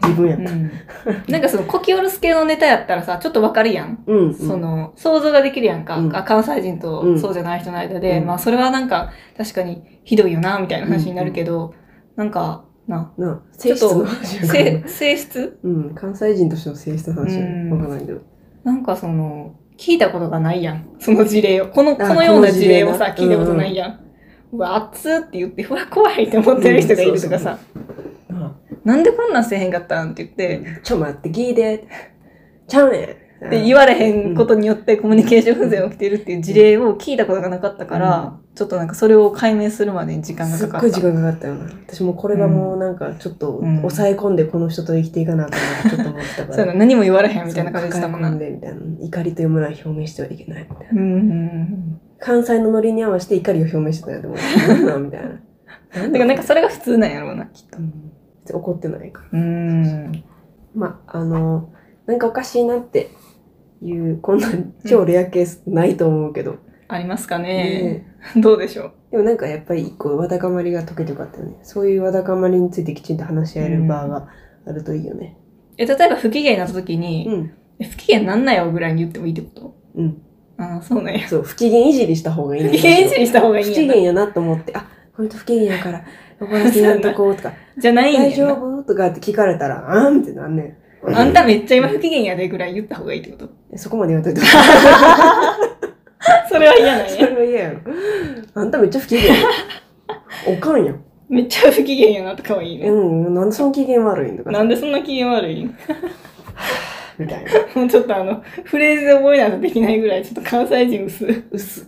[SPEAKER 1] た。自分やっ
[SPEAKER 2] う
[SPEAKER 1] た。
[SPEAKER 2] ん、なんかそのコキオルス系のネタやったらさちょっとわかるやん、
[SPEAKER 1] うん。うん
[SPEAKER 2] そ、の想像ができるやんか、
[SPEAKER 1] うん
[SPEAKER 2] あ関西人
[SPEAKER 1] う
[SPEAKER 2] と
[SPEAKER 1] ん
[SPEAKER 2] そうじゃない人の間で、
[SPEAKER 1] うん
[SPEAKER 2] まあそれはなんか確かにひどいよなみたいな話になるけど、なんかな
[SPEAKER 1] なあ、
[SPEAKER 2] ちょ
[SPEAKER 1] 性
[SPEAKER 2] っ
[SPEAKER 1] 質
[SPEAKER 2] と
[SPEAKER 1] の話やから
[SPEAKER 2] 性性質
[SPEAKER 1] うん、関西人としての性質の話や
[SPEAKER 2] うん
[SPEAKER 1] わからないけど。
[SPEAKER 2] なんかその聞いたことがないやんその事例をこのこ
[SPEAKER 1] あ
[SPEAKER 2] のような事例をさ
[SPEAKER 1] こ
[SPEAKER 2] 聞
[SPEAKER 1] の事例
[SPEAKER 2] いた
[SPEAKER 1] な
[SPEAKER 2] ことないやん、うわ熱って言ってうわ怖いって思ってる人がいるとかさ、
[SPEAKER 1] な
[SPEAKER 2] なんでこんなんせえへんかったんって言っ
[SPEAKER 1] あ
[SPEAKER 2] て、
[SPEAKER 1] ちょ待って、聞いて。ちゃうねん。
[SPEAKER 2] で言
[SPEAKER 1] わ
[SPEAKER 2] われへんことによってコミュニケーション不全が起きてるっていう事例を聞いたことがなかったから、ちょっとなんかそれを解明するまでに時間が
[SPEAKER 1] す
[SPEAKER 2] か
[SPEAKER 1] っ
[SPEAKER 2] か
[SPEAKER 1] ごい
[SPEAKER 2] った。
[SPEAKER 1] 時間かかったよな。私もこれがもうなんかちょっと
[SPEAKER 2] うん
[SPEAKER 1] 抑え込んでこの人と生きていかなあかんなってちょっと思ってたか
[SPEAKER 2] そうや
[SPEAKER 1] ら
[SPEAKER 2] な。何も言われへんみたいな感じでしたもん
[SPEAKER 1] そう抱え込ん
[SPEAKER 2] ね。
[SPEAKER 1] でみたいな。怒りというものは表明してはいけないみたいな。
[SPEAKER 2] うんうん
[SPEAKER 1] 関西のノリに合わせて怒りを表明してたんやと思う。なんなんみたい な。
[SPEAKER 2] うん。だからなんかそれが普通なんやろうな、きっと
[SPEAKER 1] う。ん別に怒ってないから。
[SPEAKER 2] うん。
[SPEAKER 1] まあ、あの、なんかおかしいなっていう、こんな超レアケースないと思うけ ど。
[SPEAKER 2] ありますかね。
[SPEAKER 1] ね
[SPEAKER 2] どうでしょう。
[SPEAKER 1] でもなんかやっぱり一個わだかまりが解けてよかったよね。そういうわだかまりについてきちんと話し合える場があるといいよね。
[SPEAKER 2] え、例えば不機嫌になった時に、
[SPEAKER 1] うん。
[SPEAKER 2] え不機嫌なんなよぐらいに言ってもいいってこと
[SPEAKER 1] うん。
[SPEAKER 2] ああ、そうなんや。
[SPEAKER 1] そう、不機嫌いじりした方がいい
[SPEAKER 2] 不
[SPEAKER 1] ね
[SPEAKER 2] 機嫌いじりした方がいい
[SPEAKER 1] 不
[SPEAKER 2] ん
[SPEAKER 1] 機
[SPEAKER 2] や
[SPEAKER 1] 嫌
[SPEAKER 2] な。
[SPEAKER 1] やなと思って、あ、この人不機嫌やから、ここだけやんとこうとか、
[SPEAKER 2] じゃ ないんやな
[SPEAKER 1] 大丈夫とかって聞かれたら、あんってなんねん。
[SPEAKER 2] あんためっちゃ今不機嫌やでぐらい言った方がいいってこと
[SPEAKER 1] そこまで言われ といて。
[SPEAKER 2] それは嫌なん
[SPEAKER 1] そ
[SPEAKER 2] や。
[SPEAKER 1] れは嫌やろ。あんためっちゃ不機嫌やん。おかんやん。
[SPEAKER 2] めっちゃ不機嫌やなとかはいいの。
[SPEAKER 1] うん、なんでその機嫌悪いんとか
[SPEAKER 2] なんでそんな機嫌悪いん
[SPEAKER 1] みたいな。
[SPEAKER 2] もうちょっとあの、フレーズで覚えないとできないぐらい、ちょっと関西人薄。
[SPEAKER 1] 薄。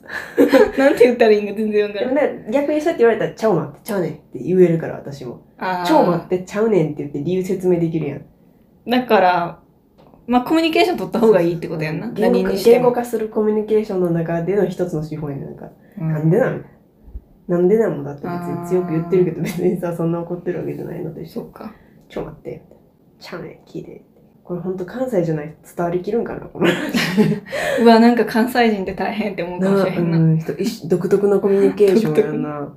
[SPEAKER 2] なんて言ったらいいんか全然わか
[SPEAKER 1] で
[SPEAKER 2] ら
[SPEAKER 1] も
[SPEAKER 2] ない。
[SPEAKER 1] ね、逆にそうやって言われたら、ちゃう待って、ちゃうねんって言えるから、私も。
[SPEAKER 2] あー
[SPEAKER 1] ちょ待って、ちゃうねんって言って理由説明できるやん。
[SPEAKER 2] だから、まあコミュニケーション取った方がいいってことやんな。
[SPEAKER 1] 言
[SPEAKER 2] 何
[SPEAKER 1] 語化
[SPEAKER 2] にして
[SPEAKER 1] 言語
[SPEAKER 2] も。
[SPEAKER 1] 化するコミュニケーションの中での一つの手法やねんなんか。
[SPEAKER 2] う
[SPEAKER 1] なんでなんなんでなんもだって別に強く言ってるけど、別にさ、そんな怒ってるわけじゃないのでし
[SPEAKER 2] そ
[SPEAKER 1] ょ。
[SPEAKER 2] うか。
[SPEAKER 1] ちょ待って、ちゃうねん、聞いて。これほんと関西じゃないと伝わりきるんかな、 この
[SPEAKER 2] うわ、なんか関西人って大変って思うかもしれへんな。
[SPEAKER 1] うん、人一独特のコミュニケーションやんな。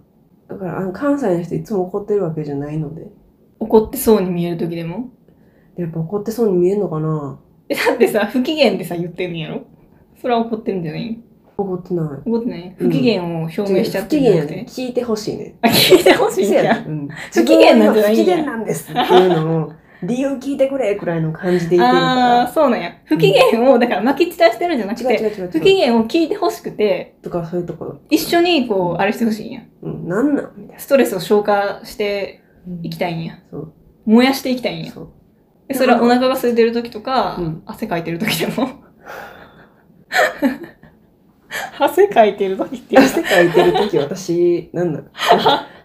[SPEAKER 1] だからあの関西の人いつも怒ってるわけじゃないので。
[SPEAKER 2] 怒ってそうに見える時でも。
[SPEAKER 1] やっぱ怒ってそうに見えるのかな
[SPEAKER 2] え、だってさ、不機嫌でさ、言ってんのやろそれは怒ってんじゃない
[SPEAKER 1] 怒ってない。
[SPEAKER 2] 怒ってない不機嫌を表明しちゃって
[SPEAKER 1] 不機嫌
[SPEAKER 2] るんじゃな
[SPEAKER 1] や
[SPEAKER 2] くて
[SPEAKER 1] ね。。聞いてほしいね。
[SPEAKER 2] あ、聞いてほしいん
[SPEAKER 1] そ
[SPEAKER 2] じ
[SPEAKER 1] や
[SPEAKER 2] ゃ
[SPEAKER 1] ね
[SPEAKER 2] ん。
[SPEAKER 1] うん
[SPEAKER 2] 不機嫌なんじゃないんや
[SPEAKER 1] 不機嫌なんですっていうのを、理由聞いてくれくらいの感じで言ってる
[SPEAKER 2] ああ
[SPEAKER 1] か
[SPEAKER 2] ー、そうなんや。不機嫌を、だからまき散らしてるんじゃなく
[SPEAKER 1] ら。違う
[SPEAKER 2] て、
[SPEAKER 1] 違う違う違う。
[SPEAKER 2] 不機嫌を聞いてほしくて、
[SPEAKER 1] とかそういうところ。
[SPEAKER 2] 一緒にこう、あれしてほしいんや。
[SPEAKER 1] うん、なんなんみたい
[SPEAKER 2] ストレスを消化して
[SPEAKER 1] な。
[SPEAKER 2] いきたいんや。
[SPEAKER 1] そう。
[SPEAKER 2] 燃やしていきたいんや。
[SPEAKER 1] そう。
[SPEAKER 2] でそれはお腹が空いてる時とか、
[SPEAKER 1] うん
[SPEAKER 2] 汗かいてる時で も。汗かいてる時っていうか
[SPEAKER 1] 汗かいてるとき私、なんなん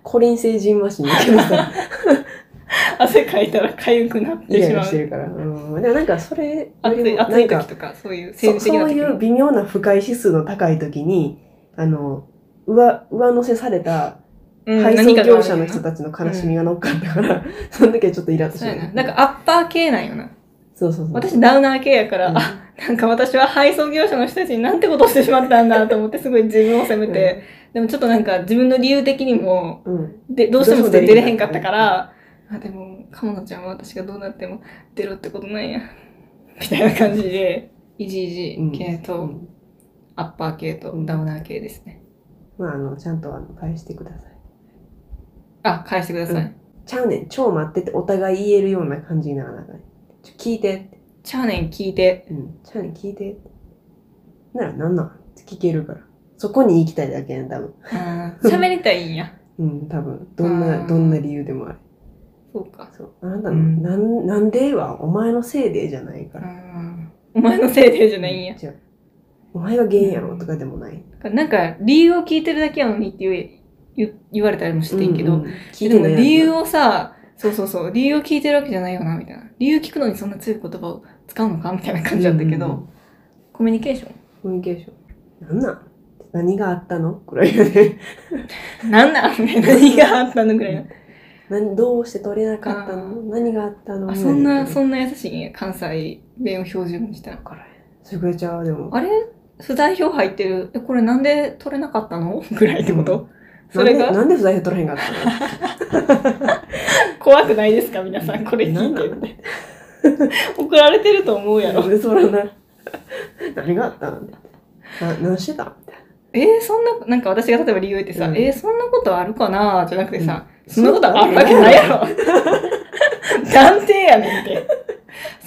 [SPEAKER 1] コリン成人マシンだけどさ、
[SPEAKER 2] 汗かいたら痒くなっ
[SPEAKER 1] イラ
[SPEAKER 2] てし
[SPEAKER 1] イ
[SPEAKER 2] ま
[SPEAKER 1] ラして
[SPEAKER 2] う。
[SPEAKER 1] るから。うん。でもなんかそれよりも、
[SPEAKER 2] 暑い、
[SPEAKER 1] な
[SPEAKER 2] 暑い
[SPEAKER 1] んか
[SPEAKER 2] 時とか、そういう
[SPEAKER 1] そ
[SPEAKER 2] 政
[SPEAKER 1] う
[SPEAKER 2] 治的な
[SPEAKER 1] そう
[SPEAKER 2] 時
[SPEAKER 1] いう
[SPEAKER 2] に。
[SPEAKER 1] 微妙な不快指数の高い時にあの上上乗せされた
[SPEAKER 2] うん
[SPEAKER 1] 配送
[SPEAKER 2] 何かがあ
[SPEAKER 1] 業
[SPEAKER 2] る
[SPEAKER 1] 者
[SPEAKER 2] よ
[SPEAKER 1] の
[SPEAKER 2] な
[SPEAKER 1] 人たちの悲しみが乗っかったから、その時はちょっとイラッとし
[SPEAKER 2] そう
[SPEAKER 1] た
[SPEAKER 2] やな。なんかアッパー系なんよな。
[SPEAKER 1] そうそうそう
[SPEAKER 2] 私ダウナー系やから、
[SPEAKER 1] うん
[SPEAKER 2] あ、 なんか私は配送業者の人たちになんてことをしてしまったんだと思ってすごい自分を責めて、でもちょっとなんか自分の理由的にも、
[SPEAKER 1] うん
[SPEAKER 2] でどうしてもちょっと出れへんかったから、あでも、かもなちゃんは私がどうなっても出ろってことなんや。 みたいな感じで、いじい
[SPEAKER 1] うん
[SPEAKER 2] じ系と、
[SPEAKER 1] うん
[SPEAKER 2] アッパー系と
[SPEAKER 1] うん
[SPEAKER 2] ダウナー系ですね。
[SPEAKER 1] まああのちゃんとあの返してください
[SPEAKER 2] あ、返してください。
[SPEAKER 1] うんちゃうねん超待ってってお互い言えるような感じにならなあかんちょ聞いてって、
[SPEAKER 2] チャーネン聞 いて、
[SPEAKER 1] うん、ちゃうねん聞いてってならなんなんって聞けるからそこに行きたいだけやん多分
[SPEAKER 2] あー喋りたいんや。
[SPEAKER 1] うん多分どん
[SPEAKER 2] あー
[SPEAKER 1] などんな理由でもある
[SPEAKER 2] そうか。
[SPEAKER 1] そうあなたの、
[SPEAKER 2] うん
[SPEAKER 1] なんなんではお前のせいでじゃないから
[SPEAKER 2] うんお前のせいでじゃないんや。
[SPEAKER 1] 違うお前が原因やろとかでもない。
[SPEAKER 2] なんか理由を聞いてるだけやのにって言う言言われたりもしてんけど、
[SPEAKER 1] うんうん聞い
[SPEAKER 2] で
[SPEAKER 1] て
[SPEAKER 2] も
[SPEAKER 1] ない
[SPEAKER 2] 理由
[SPEAKER 1] を
[SPEAKER 2] をさそうそうそう、理由を聞いてるわけじゃないよな、みたいな。理由聞くのにそんな強い言葉を使うのかみたいな感じだったけど、
[SPEAKER 1] うん
[SPEAKER 2] コミュニケーショ
[SPEAKER 1] コミュニケーション。なんなん何があったのくらいで。
[SPEAKER 2] ンなんなんみたいな。 何があったのぐらいの。
[SPEAKER 1] 何どうして取れなかった
[SPEAKER 2] あ
[SPEAKER 1] の何があったの
[SPEAKER 2] あ、そんな、
[SPEAKER 1] ん
[SPEAKER 2] そんな優しいんや関西弁を標準にしたら。
[SPEAKER 1] すぐれちゃう、でも。
[SPEAKER 2] あれ不在票入ってる。え、これなんで取れなかったのぐらいってこと、
[SPEAKER 1] う
[SPEAKER 2] それ
[SPEAKER 1] なんで
[SPEAKER 2] が
[SPEAKER 1] なんで不在票取らへんかったの
[SPEAKER 2] 怖くないですか皆さん、これ聞
[SPEAKER 1] なんなん
[SPEAKER 2] いて。怒られてると思うやろ。
[SPEAKER 1] でそらな。何があったのな何してたみたい
[SPEAKER 2] えーそんな、なんか私が例えば理由言ってさ、
[SPEAKER 1] うん
[SPEAKER 2] えーそんなことあるかなじゃなくてさ、
[SPEAKER 1] な。
[SPEAKER 2] そんなことあるわけないやろ。断定やねんって。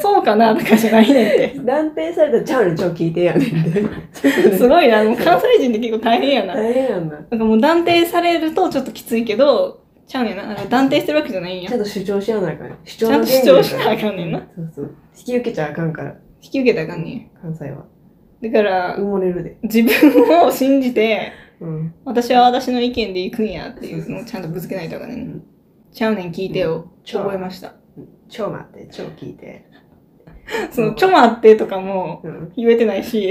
[SPEAKER 2] そうかなとかじゃないねんって。
[SPEAKER 1] 断定されたらちゃうねん、ちょ、聞いてやねんって。
[SPEAKER 2] すごいな、もう関西人って結構大変やな。
[SPEAKER 1] 大変やんな。
[SPEAKER 2] なんかもう断定されるとちょっときついけど、ちゃうんやな。なんか断定してるわけじゃないんや
[SPEAKER 1] ちゃ。んと主張しやなあかんねん。主
[SPEAKER 2] ちゃん
[SPEAKER 1] の
[SPEAKER 2] と
[SPEAKER 1] 原
[SPEAKER 2] 主
[SPEAKER 1] 理やか
[SPEAKER 2] 張
[SPEAKER 1] ら
[SPEAKER 2] しなあかんねんな。
[SPEAKER 1] そうそう。引き受けちゃあかんから、
[SPEAKER 2] 引き受けたらあかんね
[SPEAKER 1] 関西は。
[SPEAKER 2] ん。だから
[SPEAKER 1] 埋、もれるで。
[SPEAKER 2] 自分を信じて、
[SPEAKER 1] うん。
[SPEAKER 2] 私は私の意見で行くんやっていうのをちゃんとぶつけないとあかんね
[SPEAKER 1] うんん。
[SPEAKER 2] ちゃうねん聞いてよ。
[SPEAKER 1] うん
[SPEAKER 2] 覚えました。
[SPEAKER 1] 超待って、超聞いて。
[SPEAKER 2] その、ちょ待ってとかも
[SPEAKER 1] うん。
[SPEAKER 2] 言えてないし。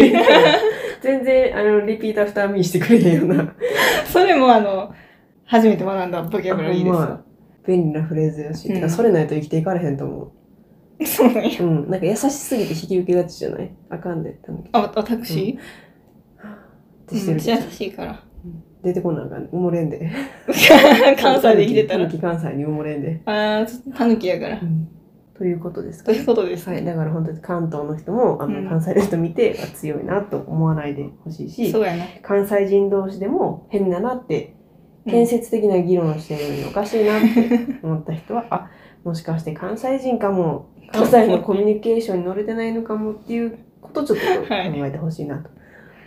[SPEAKER 1] 全然、あの、リピートアフターミーしてくれへんよな。
[SPEAKER 2] それもあの、初めて学んだボキャブラリーですわ。
[SPEAKER 1] 便利なフレーズやし。
[SPEAKER 2] うん
[SPEAKER 1] てか、それないと生きていかれへんと思
[SPEAKER 2] そうなんや。
[SPEAKER 1] う。うん。なんか優しすぎて引き受けがちじゃないあかんでってなって。
[SPEAKER 2] あ、私、
[SPEAKER 1] って
[SPEAKER 2] うん、
[SPEAKER 1] してる
[SPEAKER 2] 私
[SPEAKER 1] けど
[SPEAKER 2] 優しいから。
[SPEAKER 1] 出てこなあかん。埋もれんで。
[SPEAKER 2] 関西で生きてたら
[SPEAKER 1] 狸。狸関西に埋もれんで。
[SPEAKER 2] ああ、ちょっと狸やから
[SPEAKER 1] う。ん。ということですか
[SPEAKER 2] ということです。
[SPEAKER 1] はい、だから本当に関東の人もあ
[SPEAKER 2] う
[SPEAKER 1] の
[SPEAKER 2] ん
[SPEAKER 1] 関西の人見て、あ強いなと思わないでほしいし
[SPEAKER 2] そうやね。
[SPEAKER 1] 関西人同士でも変だなって建設的な議論をしてるのにおかしいなって思った 人はあもしかして関西人かも関西のコミュニケーションに乗れてないのかもっていうことをちょっと考えてほしいなと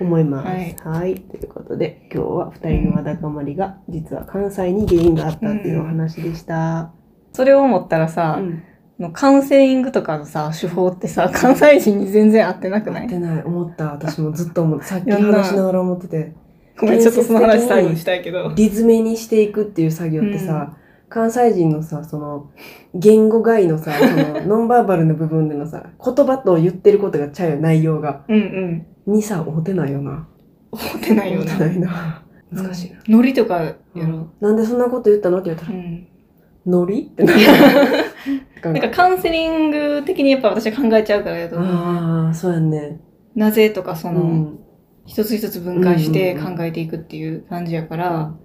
[SPEAKER 1] 思います。は
[SPEAKER 2] はいい、
[SPEAKER 1] ということで今日は2人のわだかまりが実は関西に原因があったっていうお話でした。
[SPEAKER 2] それを思ったらさ、
[SPEAKER 1] うん、
[SPEAKER 2] あのカウンセリングとかのさ、手法ってさ、関西人に全然合ってなくな
[SPEAKER 1] 合っ
[SPEAKER 2] い
[SPEAKER 1] てない思った私もずっと思ってさっき
[SPEAKER 2] やんな
[SPEAKER 1] 話しながら思ってて。
[SPEAKER 2] ごめん、ちょっとその話最後にしたいけど。
[SPEAKER 1] 理詰めにしていくっていう作業ってさ、関西人のさその言語外の さそのノンバーバルの部分でのさ言葉と言ってることがちゃうよ内容が
[SPEAKER 2] うんうん。
[SPEAKER 1] にさ合うてないよな
[SPEAKER 2] 合ってないよ
[SPEAKER 1] 合う
[SPEAKER 2] な
[SPEAKER 1] て。ないな難しいな、
[SPEAKER 2] うん。ノリとかやろ。
[SPEAKER 1] なんでそんなこと言ったのって言った
[SPEAKER 2] う
[SPEAKER 1] ら
[SPEAKER 2] ん。
[SPEAKER 1] 「ノリ?」ってなる
[SPEAKER 2] なんかカウンセリング的にやっぱ私は考えちゃうからやと思う。
[SPEAKER 1] ああそうやんね
[SPEAKER 2] なぜとかそうの、
[SPEAKER 1] ん
[SPEAKER 2] 一つ一つ分解して
[SPEAKER 1] うんうんうん
[SPEAKER 2] 考えていくっていう感じやから、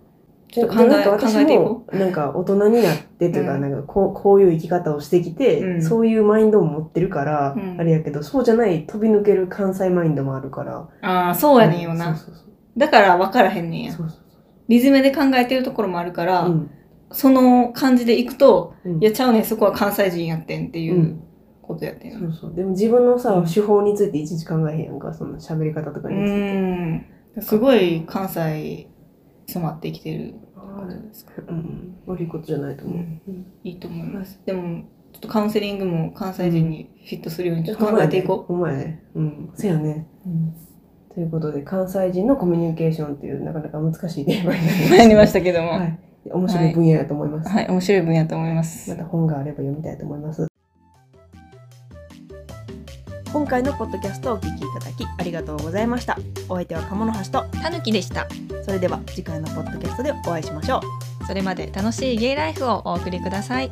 [SPEAKER 1] ちょっ
[SPEAKER 2] と考え考えていこ
[SPEAKER 1] なんか大人になってというか,、
[SPEAKER 2] うん
[SPEAKER 1] なんかこうこういう生き方をしてきて、
[SPEAKER 2] うん
[SPEAKER 1] そういうマインドを持ってるから、
[SPEAKER 2] うん
[SPEAKER 1] あれやけどそうじゃない飛び抜ける関西マインドもあるから
[SPEAKER 2] ああ、そうやねんよな。
[SPEAKER 1] そうそう
[SPEAKER 2] だから分からへんねんや
[SPEAKER 1] そう。そうそう
[SPEAKER 2] リズムで考えてるところもあるから、
[SPEAKER 1] そう
[SPEAKER 2] その感じでいくと、
[SPEAKER 1] うん
[SPEAKER 2] いや、ちゃうねん、そこは関西人やってんっていううんことやってんな。
[SPEAKER 1] そうそうでも自分のさ、
[SPEAKER 2] うん
[SPEAKER 1] 手法についていちいち考えへんやんかその喋り方とか
[SPEAKER 2] う
[SPEAKER 1] について、
[SPEAKER 2] ーん。すごい関西染まってきてる
[SPEAKER 1] は
[SPEAKER 2] こと
[SPEAKER 1] い
[SPEAKER 2] ですか。
[SPEAKER 1] うん、悪いことじゃないと思う、うん
[SPEAKER 2] いいと思います。でも、ちょっとカウンセリングも関西人にフィットするようにちょっと考えていこ
[SPEAKER 1] うほんまやねうんせやね
[SPEAKER 2] う。うん
[SPEAKER 1] ということで関西人のコミュニケーションっていうなかなか難しいテーマに
[SPEAKER 2] 参りましたけども、
[SPEAKER 1] は
[SPEAKER 2] はい、
[SPEAKER 1] い、面白い分野だと思います、
[SPEAKER 2] 面白い分野だと思います。
[SPEAKER 1] また本があれば読みたいと思います今回のポッドキャストをお聞きいただきありがとうございましたお相手は鴨の橋と
[SPEAKER 2] たぬきでした。
[SPEAKER 1] それでは次回のポッドキャストでお会いしましょう
[SPEAKER 2] それまで楽しいゲイライフをお送りください。